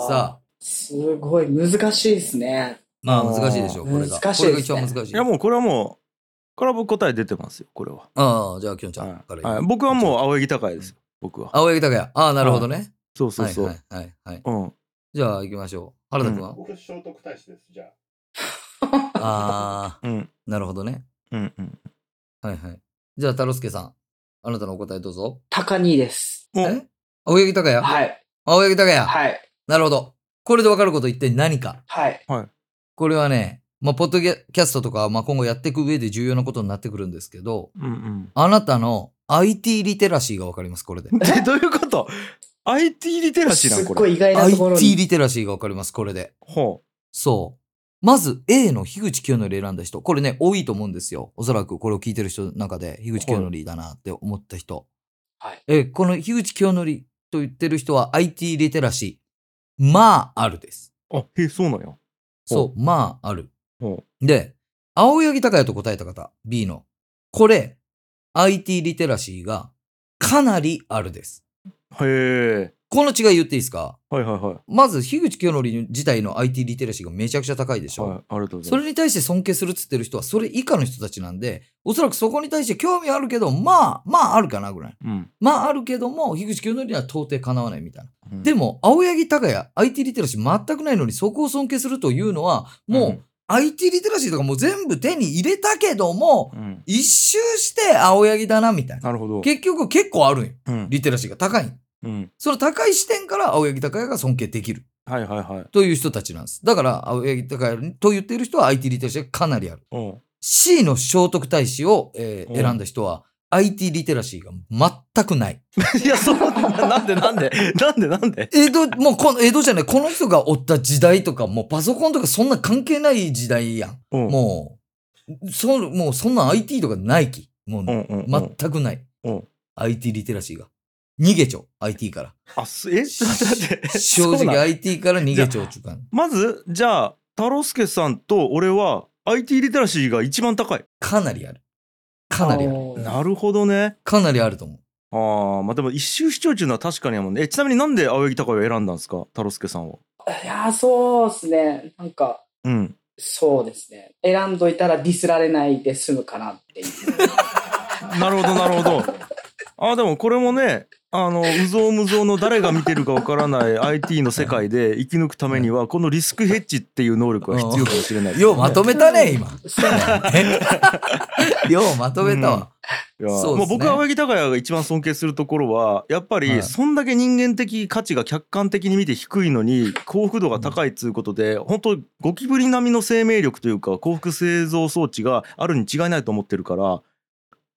S3: あ。
S2: さあ、
S3: すごい難しいですね。
S2: まあ難しいでしょう、これが。
S3: 難し
S2: こ
S3: い
S2: れが
S3: です
S2: 一
S3: ね
S2: 番難しい。
S1: いや、もうこれはもう、これは僕答え出てますよ、これは。
S2: ああ、じゃあ、きょんちゃん
S1: は
S2: か
S1: い
S2: ら、
S1: はい、僕はもう
S2: う、
S1: 青柳高いですよ、僕は。
S2: 青柳高也。ああ、なるほどね。
S1: そうそうそう。
S2: はいはいはい、はい。
S1: うん。
S2: じゃあ、行きましょう。原田君は、
S4: 僕、聖徳太子です。じゃあ。
S2: ああ、
S1: うん。
S2: なるほどね。
S1: うん。うん。
S2: はいはい。じゃあ、太郎介さん。あなたのお答えどうぞ。
S3: 高2です。
S1: も
S2: え
S1: う、
S2: 青柳高也。
S3: はい。
S2: 青柳高也。
S3: はい。
S2: なるほど。これで分かること一体何か。
S3: はい。
S2: これはね、まあ、ポッドキャストとか、まあ、今後やっていく上で重要なことになってくるんですけど、
S1: うん うん。
S2: あなたの IT リテラシーが分かります、これで。
S1: で、どういうこと ?IT リテラシーな
S3: す
S1: ん、
S3: っ
S1: こ
S3: ご
S1: れ。
S3: い意外なところ
S2: IT
S3: に。
S2: リテラシーが分かります、これで。
S1: ほ
S2: そう。まず A の樋口清則選んだ人。これね、多いと思うんですよ。おそらくこれを聞いてる人の中で、樋口清則だなって思った人。
S3: はい
S2: えーこの樋口清則と言ってる人は IT リテラシー。まあ、あるです。
S1: あへえそうなんや
S2: そう、まあ、ある。
S1: ほ
S2: で、青柳高也と答えた方、B の。これ、IT リテラシーがかなりあるです。
S1: うへえ
S2: この違い言っていいですか
S1: はいはいはい
S2: まず、樋口清則自体の IT リテラシーがめちゃくちゃ高いでしょ。
S1: はいありがとうござい
S2: そ
S1: ます
S2: れに対して尊敬するっつってる人は、それ以下の人たちなんで、おそらくそこに対して興味あるけど、まあ、まああるかなぐらい。
S1: うん
S2: まああるけども、樋口清則には到底かなわないみたいな。
S1: うん
S2: でも、青柳高也、IT リテラシー全くないのに、そこを尊敬するというのは、もう、IT リテラシーとかもう全部手に入れたけども、
S1: うん、うん
S2: 一周して青柳だな、みたいな。
S1: なるほど
S2: 結局結構あるんよ。
S1: うん
S2: リテラシーが高いん。
S1: うん
S2: その高い視点から青柳高也が尊敬できる
S1: はいはいはい
S2: という人たちなんです。だから、青柳高也と言っている人は IT リテラシーがかなりある。
S1: うん
S2: C の聖徳太子を、え
S1: う
S2: ー
S1: ん
S2: 選んだ人は、IT リテラシーが全くない。
S1: いやそうなんでなんでなんでなんで
S2: 江戸、もうこの、江戸じゃない、この人がおった時代とか、もうパソコンとかそんな関係ない時代やん。
S1: うん
S2: もう、そ、もうそんな IT とかないき。もう、
S1: うんうんうん
S2: 全くない
S1: うん。
S2: IT リテラシーが。逃げちょ、IT から。
S1: あすえちょっと待って
S2: 正
S1: そうなん
S2: 直 IT から逃げちょうちゅうか。
S1: まずじゃあ太郎介さんと俺は IT リテラシーが一番高い
S2: かなりある。かなりある。
S3: おー
S1: なるほどね
S2: かなりあると思う。
S1: あーまあでも一周視聴中のは確かにやもんねえちなみになんで青柳高也を選んだんですか太郎介さんは。
S3: いやーそうですねなんか
S1: うん、
S3: そうですね選んどいたらディスられないで済むかなっていう
S1: なるほどなるほど。あーでもこれもねあのうぞうむぞうの誰が見てるかわからない IT の世界で生き抜くためにはこのリスクヘッジっていう能力が必要かもしれないですね、
S2: ようまとめたね、今。
S3: そう
S2: ようまとめたわ。
S1: いや
S2: そうです
S1: も
S2: ね
S1: う僕は青柳高也が一番尊敬するところはやっぱ
S2: はい
S1: りそんだけ人間的価値が客観的に見て低いのに幸福度が高いっつうことで本当ゴキブリ並みの生命力というか幸福製造装置があるに違いないと思ってるから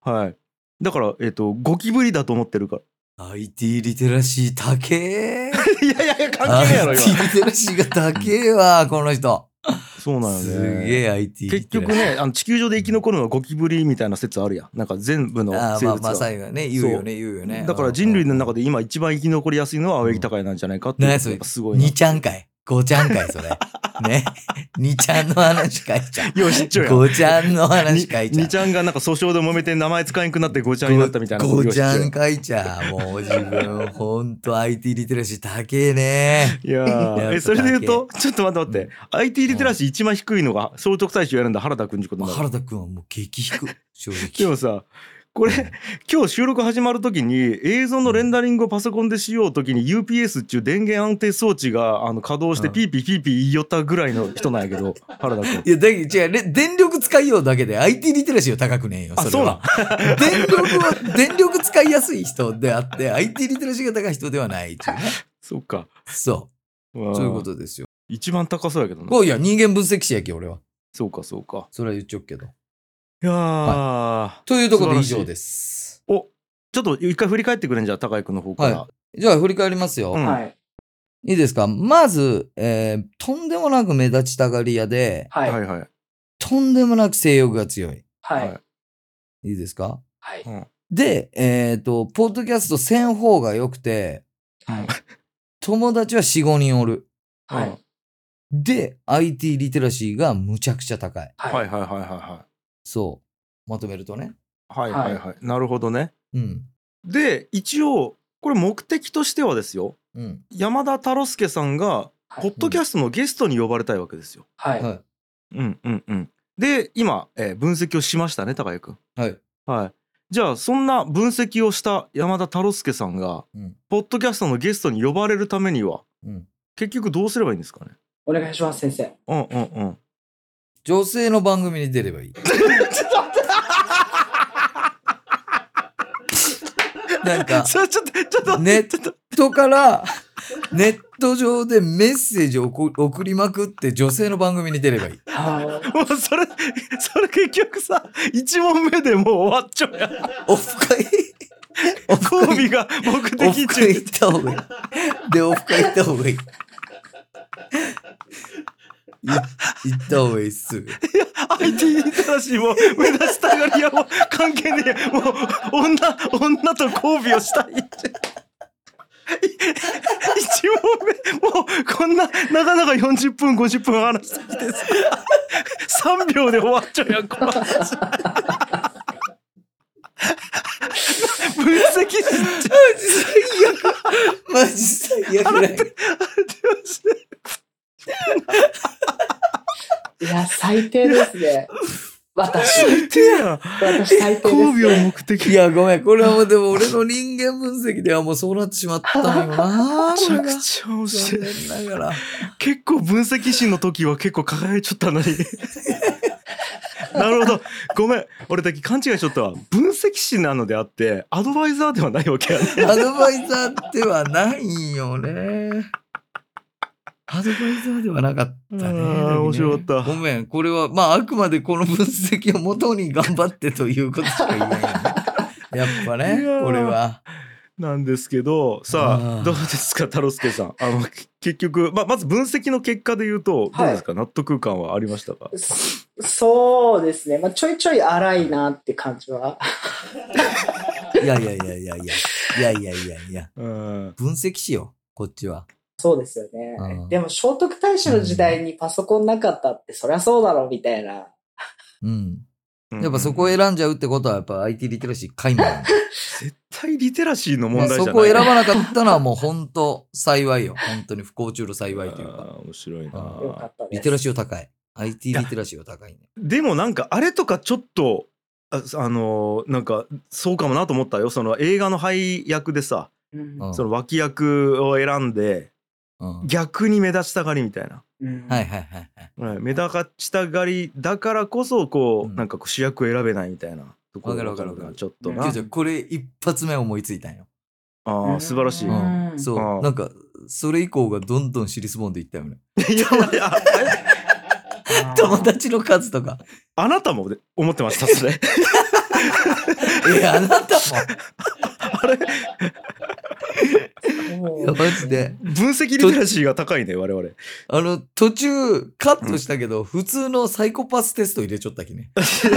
S1: はいだからえっ、とゴキブリだと思ってるから
S2: IT リテラシー高え。
S1: いやいやいや関係ないやろ
S2: IT
S1: 今
S2: リテラシーが高えわ、この人。
S1: そうなのね
S2: すげえ IT リ
S1: 結
S2: テラシ
S1: 局
S2: ー。
S1: ねあの地球上で生き残るのはゴキブリみたいな説あるやんなんか全部の
S2: あー
S1: 生
S2: まあ
S1: 物
S2: まあ
S1: が
S2: 最後はね言うよね言うよね
S1: だから人類の中
S2: で
S1: で今一番生き残りやすいのは青柳高也なんじゃないかっていう
S2: ね
S1: やっぱすごいな
S2: 2ちゃんかい5ちゃんかい それね2ちゃんの話かいちゃん
S1: よう知っちょやん。
S2: 5ちゃんの話かいちゃ
S1: に
S2: ん
S1: ちゃんがなんか訴訟で揉めて名前使えんくなってごちゃんになったみたいな。
S2: ごちゃ
S1: ようん知っ
S2: かいちゃんもう自分ほんと IT リテラシー高 えね
S1: ちょやん。いや
S2: やっ
S1: ー
S2: ぱ
S1: えそれで言うとちょっと待って待って、IT リテラシー一番低いのが聖徳太子を選んだ原田君ってことなの
S2: 原田くんはもう激低正
S1: で
S2: 直
S1: もさこれ今日収録始まるときに映像のレンダリングをパソコンでしようときに UPS っていう電源安定装置があの稼働して
S2: うん
S1: ピーピーピーピー言いよったぐらいの人なんやけど原田君
S2: いやだけど違うれ電力使いようだけで IT リテラシーは高くねえよ
S1: あ
S2: それは 電力は電力使いやすい人であって IT リテラシーが高い人ではないっていうね
S1: そっか
S2: そううそういうこ
S1: ん
S2: とですよ
S1: 一番高そうやけどな
S2: こういや人間分析士やけ俺は
S1: そうかそうか
S2: それは言っちゃうけど
S1: いやー、
S2: というところで以上です
S1: おちょっと一回振り返ってくれんじゃあ高井君の方から、
S2: はじゃあ振り返りますよ、
S1: うん
S3: はい
S2: いいですかまず、えーとんでもなく目立ちたがり屋で
S3: はい
S1: は
S3: はい
S1: いはい。
S2: とんでもなく性欲が強い
S3: はい
S2: いいですか
S3: はい
S1: うん
S2: でえっ、とポッドキャスト1000方が良くて友達は45人おる
S3: はい
S2: で IT リテラシーがむちゃくちゃ高い
S1: はいはい
S3: はい
S1: はいはい
S2: そうまとめるとね
S1: はい。はいはいはい。なるほどね。
S2: うん
S1: で、一応、これ目的としてはですよ。
S2: うん
S1: 山田太郎介さんが、
S3: はい
S1: ポッドキャストのゲストに呼ばれたいわけですよ。
S3: はい
S2: は
S1: うんうんうん。で、今、えー分析をしましたね、高井君。
S2: いはい
S1: はい。じゃあ、そんな分析をした山田太郎介さんが、
S2: うん
S1: ポッドキャストのゲストに呼ばれるためには、
S2: うん
S1: 結局どうすればいいんですかね。
S3: お願いします先生
S1: うんうんうん。
S2: 女性の番組に出ればい い。なんか、
S1: それ ちょっと、ちょっと、
S2: ネットから、ネット上でメッセージを送送りまくって女性の番組に出ればいい。
S3: は
S1: もうそれ、それ結局さ、一問目でもう終わっちゃうやん。
S2: オフ会オフ
S1: 交
S2: 会
S1: 尾が目
S2: オ
S1: 的
S2: フ会行
S1: 中
S2: った方がいい。で、オフ会行った方がいい。言っ行った方がいいっす。
S1: IT インタラシーも目指したがり屋も関係ねえもう女女と交尾をしたいってい一問目もうこんななかなか40分50分話してきてさ3秒で終わっちゃうやんこの話分析しちゃう
S2: マジ最悪。マジ最悪だよ
S3: いや、最低ですね。私、
S1: 最低やん
S3: 私最低です、
S1: 交尾を
S3: ね。
S1: 目的
S2: いや、ごめん。これはもう、でも俺の人間分析ではもうそうなってしまったんよな。
S1: めちゃくちゃ面白
S2: 残
S1: い
S2: 念ながら。
S1: 結構分析士の時は結構輝いちゃったの になるほどごめん俺だけ勘違いしとったわ分析士なのであってアドバイザーではないわけやね
S2: アドバイザーではないんよね。アドバイザーではなかった
S1: あ
S2: ね。
S1: ー
S2: でもね
S1: 面白かった
S2: ごめん。これは、まあ、あくまでこの分析を元に頑張ってということしか言えない、ね。 やっぱね
S1: いや、ー
S2: これは。
S1: なんですけどさ
S2: う
S1: あ
S2: ん
S1: どうですか太郎介さんあのけ結局ままず分析の結果で言うとどうですか、納得感はありましたか
S3: そそうですね。まあ、ちょいちょい荒いなって感じは。
S2: いやいやいやいやいや。いやいやいやいや。
S1: うん
S2: 分析しよう。こっちは。
S3: そうですよね。
S2: うん
S3: でも、聖徳太子の時代にパソコンなかったって、そりゃそうだろ、みたいな。
S2: うん。やっぱそこを選んじゃうってことは、やっぱ IT リテラシー解明。
S1: 絶対リテラシーの問題じゃない
S2: そこを選ばなかったのはもう本当幸いよ。本当に不幸中の幸いというか。
S1: あー面白い
S2: あ
S3: よか
S1: な
S3: ったです。
S2: リテラシーを高い。IT リテラシーを高いね。
S1: でもなんかあれとかちょっとああのーなんかそうかもなと思ったよその映画の配役でさ、
S3: うん
S2: うん
S1: その脇役を選んで
S2: うん。はい
S1: 逆に目立ちたがりみたいな、
S3: うん
S2: はいはいはい。
S1: はい目立ちたがりだからこそこう、
S2: うん
S1: なんかこう主役を選べないみたいなところ
S2: わかるわかるわかる
S1: なちょっと
S3: う
S1: な、
S3: ん
S2: じゃあこれ一発目思いついたんよ。
S1: あー素晴らしい、
S3: うん
S2: うん。そうう。
S1: ん
S2: なんか、それ以降がどんどん尻すぼんでいったよね。
S1: いやいやあ
S2: 友達の数とか。
S1: あなたもで思ってました それ
S2: え、あなた
S3: も
S2: も。
S3: う
S2: いや、マジで。
S1: 分析リテラシーが高いね我々
S2: あの、途中、カットしたけど、普通のサイコパステスト入れちゃったきね。あ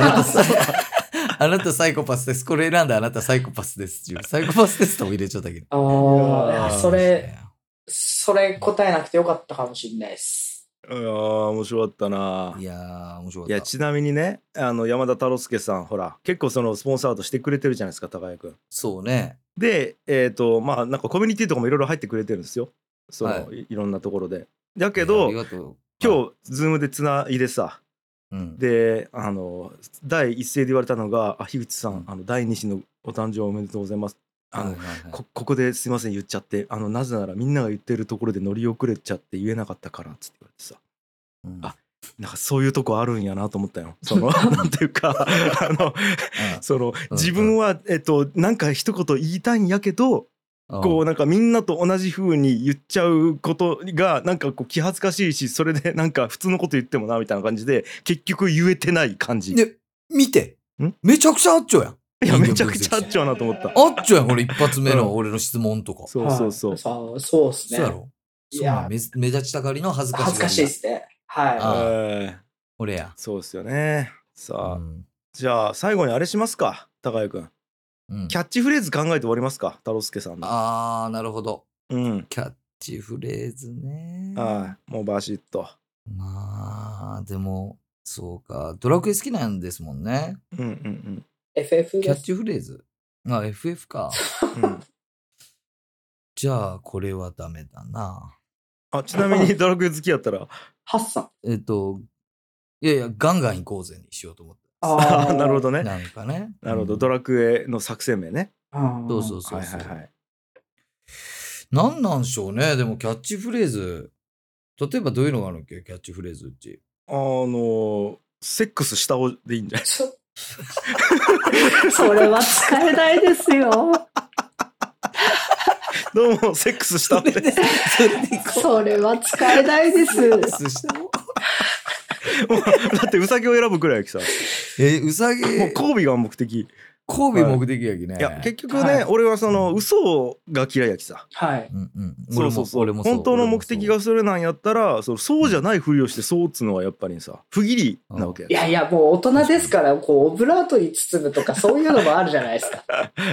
S2: なた サイコパスです。これ選んだあなたサイコパスですっていう。サイコパステストも入れちゃったけど。
S3: あーそれ、
S2: あ
S3: それ答えなくてよかったかもしれないです。
S1: いやー面白かったな
S2: ー。いやー、面白か
S1: い
S2: った。
S1: やちなみにねあの山田太郎介さんほら結構そのスポンサードしてくれてるじゃないですか高谷君。
S2: そうね。
S1: でえっ、とまあなんかコミュニティとかもいろいろ入ってくれてるんですよその、、
S2: はい
S1: ろんなところで。だけ
S2: いやあ
S1: ど
S2: りがとう
S1: 今日ズームでつないでさ
S2: うん、
S1: であの第一声で言われたのが「あ樋口さ
S2: うん
S1: んあの第二子のお誕生おめでとうございます」あの、
S2: はいはいはい
S1: こここですいません言っちゃってあのなぜならみんなが言ってるところで乗り遅れちゃって言えなかったからっつって言われてさ
S2: うん
S1: あなんかそういうとこあるんやなと思ったよ そのなんていうかあのその
S2: うん
S1: 自分は、えっと、なんか一言言いたいんやけど、
S2: うん
S1: こうなんかみんなと同じ風に言っちゃうことがなんかこう気恥ずかしいしそれでなんか普通のこと言ってもなみたいな感じで結局言えてない感じ
S2: で、見て
S1: ん
S2: めちゃくちゃあっちょやん。
S1: いやめちゃくちゃあ
S2: 人間分
S1: っちゃうなと思った
S2: 析あっちょやん、これ一発目の俺の質問とか。
S1: そうそうそう
S3: はいそうそうですね。
S2: そうやろ
S3: い
S2: そうな
S3: や
S2: ん目目立ちたがりの恥ずかしい。
S3: 恥ずかしいで。すね。は
S2: あ
S1: えー
S2: 俺や。
S1: そうですよねさあ、
S2: うん
S1: じゃあ最後にあれしますか高谷君
S2: うん
S1: キャッチフレーズ考えて終わりますか太郎介さんの
S2: あー、なるほど。
S1: うん
S2: キャッチフレーズね。
S1: はいもうバシッと
S2: まあ、でも、そうか。ドラクエ好きなんですもんね。
S1: うんうん
S3: い。FF
S2: キャ
S3: で
S2: ッ
S3: す。
S2: チフレーズ。あ、FF か。
S1: うん、うん
S2: じゃあ、これはダメだな。
S1: あちなみにドラクエ好きやったら
S3: ハッサン。
S2: えっと、いやいや、ガンガン行こうぜにしようと思って。
S1: あ なるほどね
S2: なんかね。
S1: なるほど、
S2: うん
S1: ドラクエの作戦名ね。
S3: ど
S2: そうそうそうそう。
S1: はいはいはい。
S2: なんなんでしょうね。でも、キャッチフレーズ。例えば、どういうのがあるっけキャッチフレーズう ち。
S1: あのーセックスした方でいいんじゃない
S3: ちょそれは使えないですよ。
S1: どうも、セックスした方で。
S2: それで行こ
S3: それは使えないです。
S2: う。そした ら
S1: もうだって、ウサギを選ぶくらいやきさ。も
S2: え、うさぎ。
S1: う、交尾が目的。
S2: 神戸目的やきね。
S1: いや結局ね、
S3: はい
S1: 俺はその嘘が嫌いやきさ
S3: はい。
S2: うんうん、
S1: そうそうそう
S2: 俺も俺も
S1: 本当の目的が
S2: 俺も
S1: それなんやったらそうそうじゃないふりをしてそうっつうのはやっぱりさ不義理なわけや
S3: いやいや、もう大人ですから、こう、オブラートに包むとか、そういうのもあるじゃないですか。
S2: そう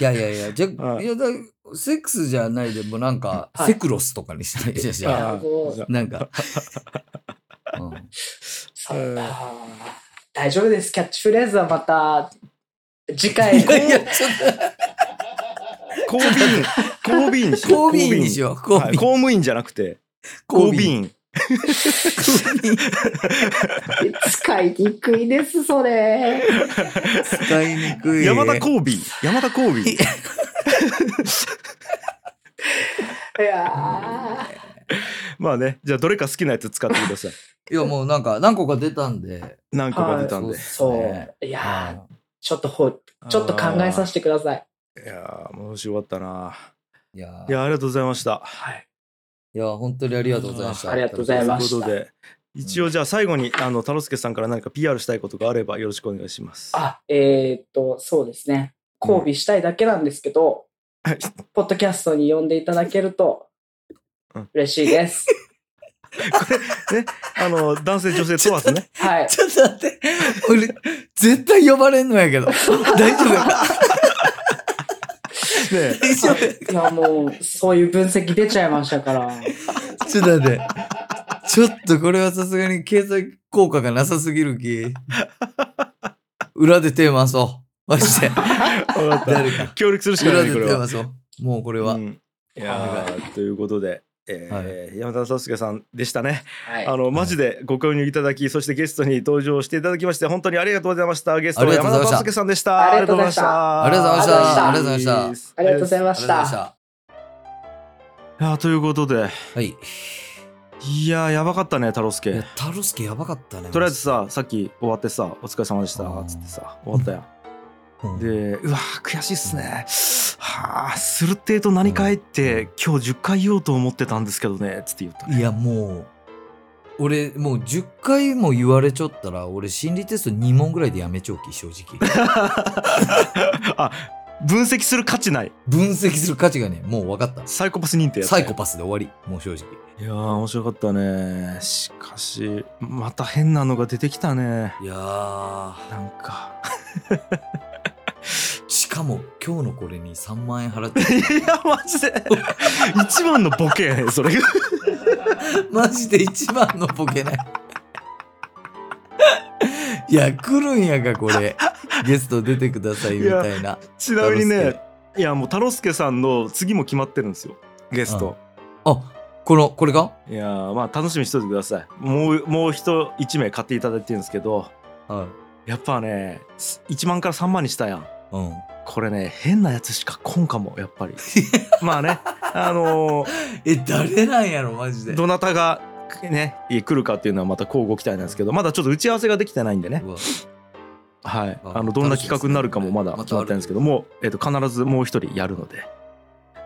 S2: いやいやいや、じゃ、、
S1: はいい
S2: やだセックスじゃないでもなんか、
S3: はい
S2: セクロスとかにしたらいいじ
S3: い
S2: ゃん。
S3: やもう
S1: じゃ
S2: な んか。うん
S3: そう
S1: うん
S3: あー大丈夫です。キャッチフレーズはまた、次 回。
S2: いやいや、ちょっ
S1: 公備員 公備員にし
S2: と、
S1: よう
S2: 公備員にしよう。公
S1: 公備員は
S2: 備
S1: い公
S2: 員。
S1: 務員じゃなくて公備員
S3: 使いにくいです、それ。
S2: 使いにくい。
S1: 山田公備山田公備
S3: いや
S1: まあねじゃあどれか好きなやつ使ってください
S2: いや、もうなんか、何個か出たんで。
S1: 何個か出たんで
S2: そうっ、
S3: ー
S2: す
S3: そ
S2: ね。
S3: う。いやー
S2: は
S3: ちょっとほ、ちょっと考えさせてください。
S1: いやーもうし終わったない
S2: や
S1: いやありがとうございました
S3: はい。
S2: いや、本当にありがとうございました。
S3: ありがとうございまし
S1: ということで一応じゃあ最後にあの太郎介さんから何か PR したいことがあればよろしくお願いします。
S3: あ、えーっと、そうですね。交尾したいだけなんですけど、
S1: はい
S3: ポッドキャストに呼んでいただけると
S1: うん、
S3: 嬉しいです。
S1: あの男性女性問わず ね。
S3: はい。
S2: ちょっと待って。俺、絶対呼ばれんのやけど。大丈夫やか
S1: ね
S2: 大丈夫や
S3: いや、もう、そういう分析出ちゃいましたから。
S2: ちょっと待って。ちょっとこれはさすがに経済効果がなさすぎるき。裏でテーマそう。マジで。
S1: 分かった。
S2: 誰か。
S1: 協力するしか
S2: 裏
S1: ない
S2: で
S1: こ
S2: テ
S1: れ
S2: ー
S1: は
S2: マ。そう。もうこれは。
S1: うんいやーということで、えー山田太郎介さんでしたね。
S3: はい。
S1: あのマジでご購入いただきそしてゲストに登場していただきまして本当にありがとうございました。ゲストは
S2: ありがと
S1: 山
S2: うござ
S1: 田
S2: いま
S1: 太郎
S2: した
S1: 介さんでした。
S3: ありがとうございました
S2: ありがとうございましたありがとうございました
S1: した
S3: ありがとうございま
S2: あり
S3: し
S2: がとうござ
S3: た
S2: いまし。た。
S1: いやーということで
S2: はい。
S1: いやーやばかったね太郎介。
S2: いや、タロスケやばかったね。
S1: とりあえずささっき終わってさ「お疲れ様でした」
S2: うん
S1: つってさ終わったやん。
S2: うん、
S1: でうわー悔しいっすね。はあするってえと何かえって今日10回言おうと思ってたんですけどねつって言 ったね。
S2: いや、もう、俺、もう10回も言われちゃったら、俺、心理テスト2問ぐらいでやめちゃおき、正直。
S1: あ分析する価値ない
S2: 分析する価値がね、もう分かった。
S1: サイコパス認定やった
S2: サ
S1: ね
S2: イコパスで終わり、もう正直。
S1: いやー面白かったねしかしまた変なのが出てきたね
S2: いやー、
S1: なんか
S2: しかも今日のこれに3万円払って、
S1: い やマジで一番のボケやねそれが
S2: マジで一番のボケない。 いや、来るんやか、これ。ゲスト出てください、みたいな。
S1: ちなみにねいやもう太郎介さんの次も決まってるんですよゲスト、
S2: あ、この、これが
S1: いやーまあ楽しみにしといてくださいもうもう人1名買っていただいてるんですけど
S2: はい。
S1: やっぱねす1万から3万にしたやん
S2: うん。
S1: これね変なやつしか来んかもやっ ぱりまあねあのー
S2: え、誰なんやろ、マジで。
S1: どなたがねい来るかっていうのはまた交互期待なんですけどまだちょっと打ち合わせができてないんでね
S2: うわ
S1: はい
S2: あ
S1: あのどんな企画になるかもまだ
S2: 楽し
S1: 決
S2: みですね
S1: まってないんですけども、えっと必ずもう一人やるので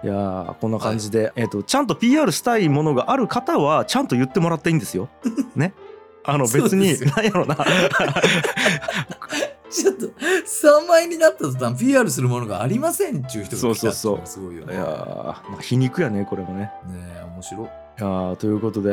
S1: いやーこんな感じで、えっとちゃんと PR したいものがある方はちゃんと言ってもらっていいんです よ。ね。あの
S2: そう
S1: 別
S2: で
S1: に
S2: すよ
S1: 何や ろうな
S2: ちょっと、3万円になった途端、PR するものがありませんっていう人が来たっていのがすごいよ
S1: い
S2: ね。
S1: やーまあ皮肉やねこれもね。
S2: ねえ、面白い。
S1: いやーということでい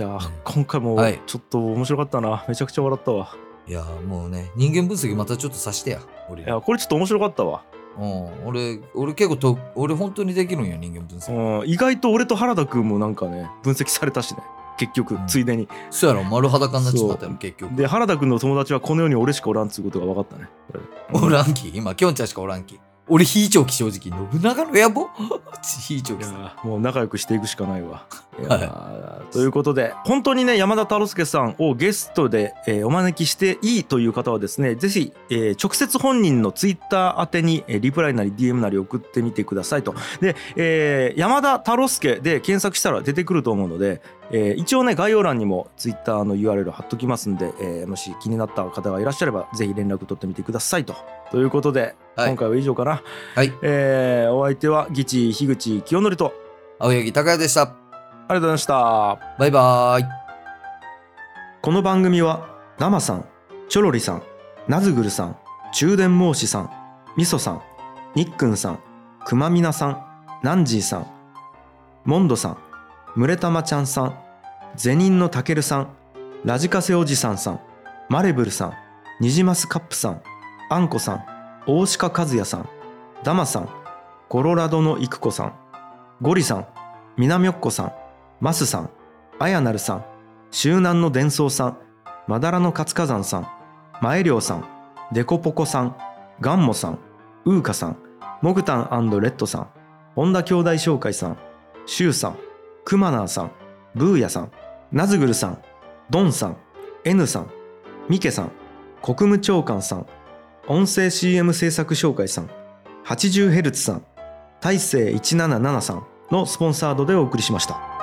S1: やー今回も
S2: はい
S1: ちょっと面白かったな、めちゃくちゃ笑ったわ
S2: いや、もうね、人間分析またちょっとさしてや、俺
S1: い
S2: ら。
S1: やこれちょっと面白かったわ、
S2: うん、俺、俺結構と、俺本当にできるんよ、人間分析。
S1: うん、意外と俺と原田君もなんかね分析されたしね結局
S2: うん
S1: ついでに、
S2: そうやろ、丸裸になっちまったやろ、結局。
S1: で原田君の友達はこの世に俺しかおらんっつうことが分かったねこれ
S2: おらんき、今、きょんちゃんしかおらんき。俺、ひいちょうき、正直。信長の野望 ひいちょうきさん。
S1: もう仲良くしていくしかないわ。いやーということで本当にね山田太郎介さんをゲストで、えーお招きしていいという方はですねぜひ、えー直接本人のツイッター宛てに、えーリプライなり DM なり送ってみてくださいと。で、えー山田太郎介で検索したら出てくると思うので、えー一応ね概要欄にもツイッターの URL 貼っときますんで、えーもし気になった方がいらっしゃればぜひ連絡取ってみてくださいと。ということで、
S2: はい
S1: 今回は以上かな。
S2: はい
S1: えーお相手はギチ樋口清則と。
S2: 青柳高也でした。
S1: ありがとうございました。
S2: バイバーイ。
S1: この番組は、ダマさん、チョロリさん、ナズグルさん、中電毛子さんみそさんにっくんさんくまみなさんナンジーさんモンドさんむれたまちゃんさんゼニンのたけるさんラジカセおじさんさんマレブルさんニジマスカップさんあんこさん大鹿和也さんダマさんコロラドのいくこさんゴリさん南よっこさんマスさんあやなるさん周南の伝送さんまだらの活火山さん前涼さんデコポコさんガンモさんウーカさんモグタンレッドさん本田兄弟紹介さんシュウさんクマナーさんブーヤさんナズグルさんドンさん N さんミケさん国務長官さん音声 CM 制作紹介さん 80Hz さん大成177さんのスポンサードでお送りしました。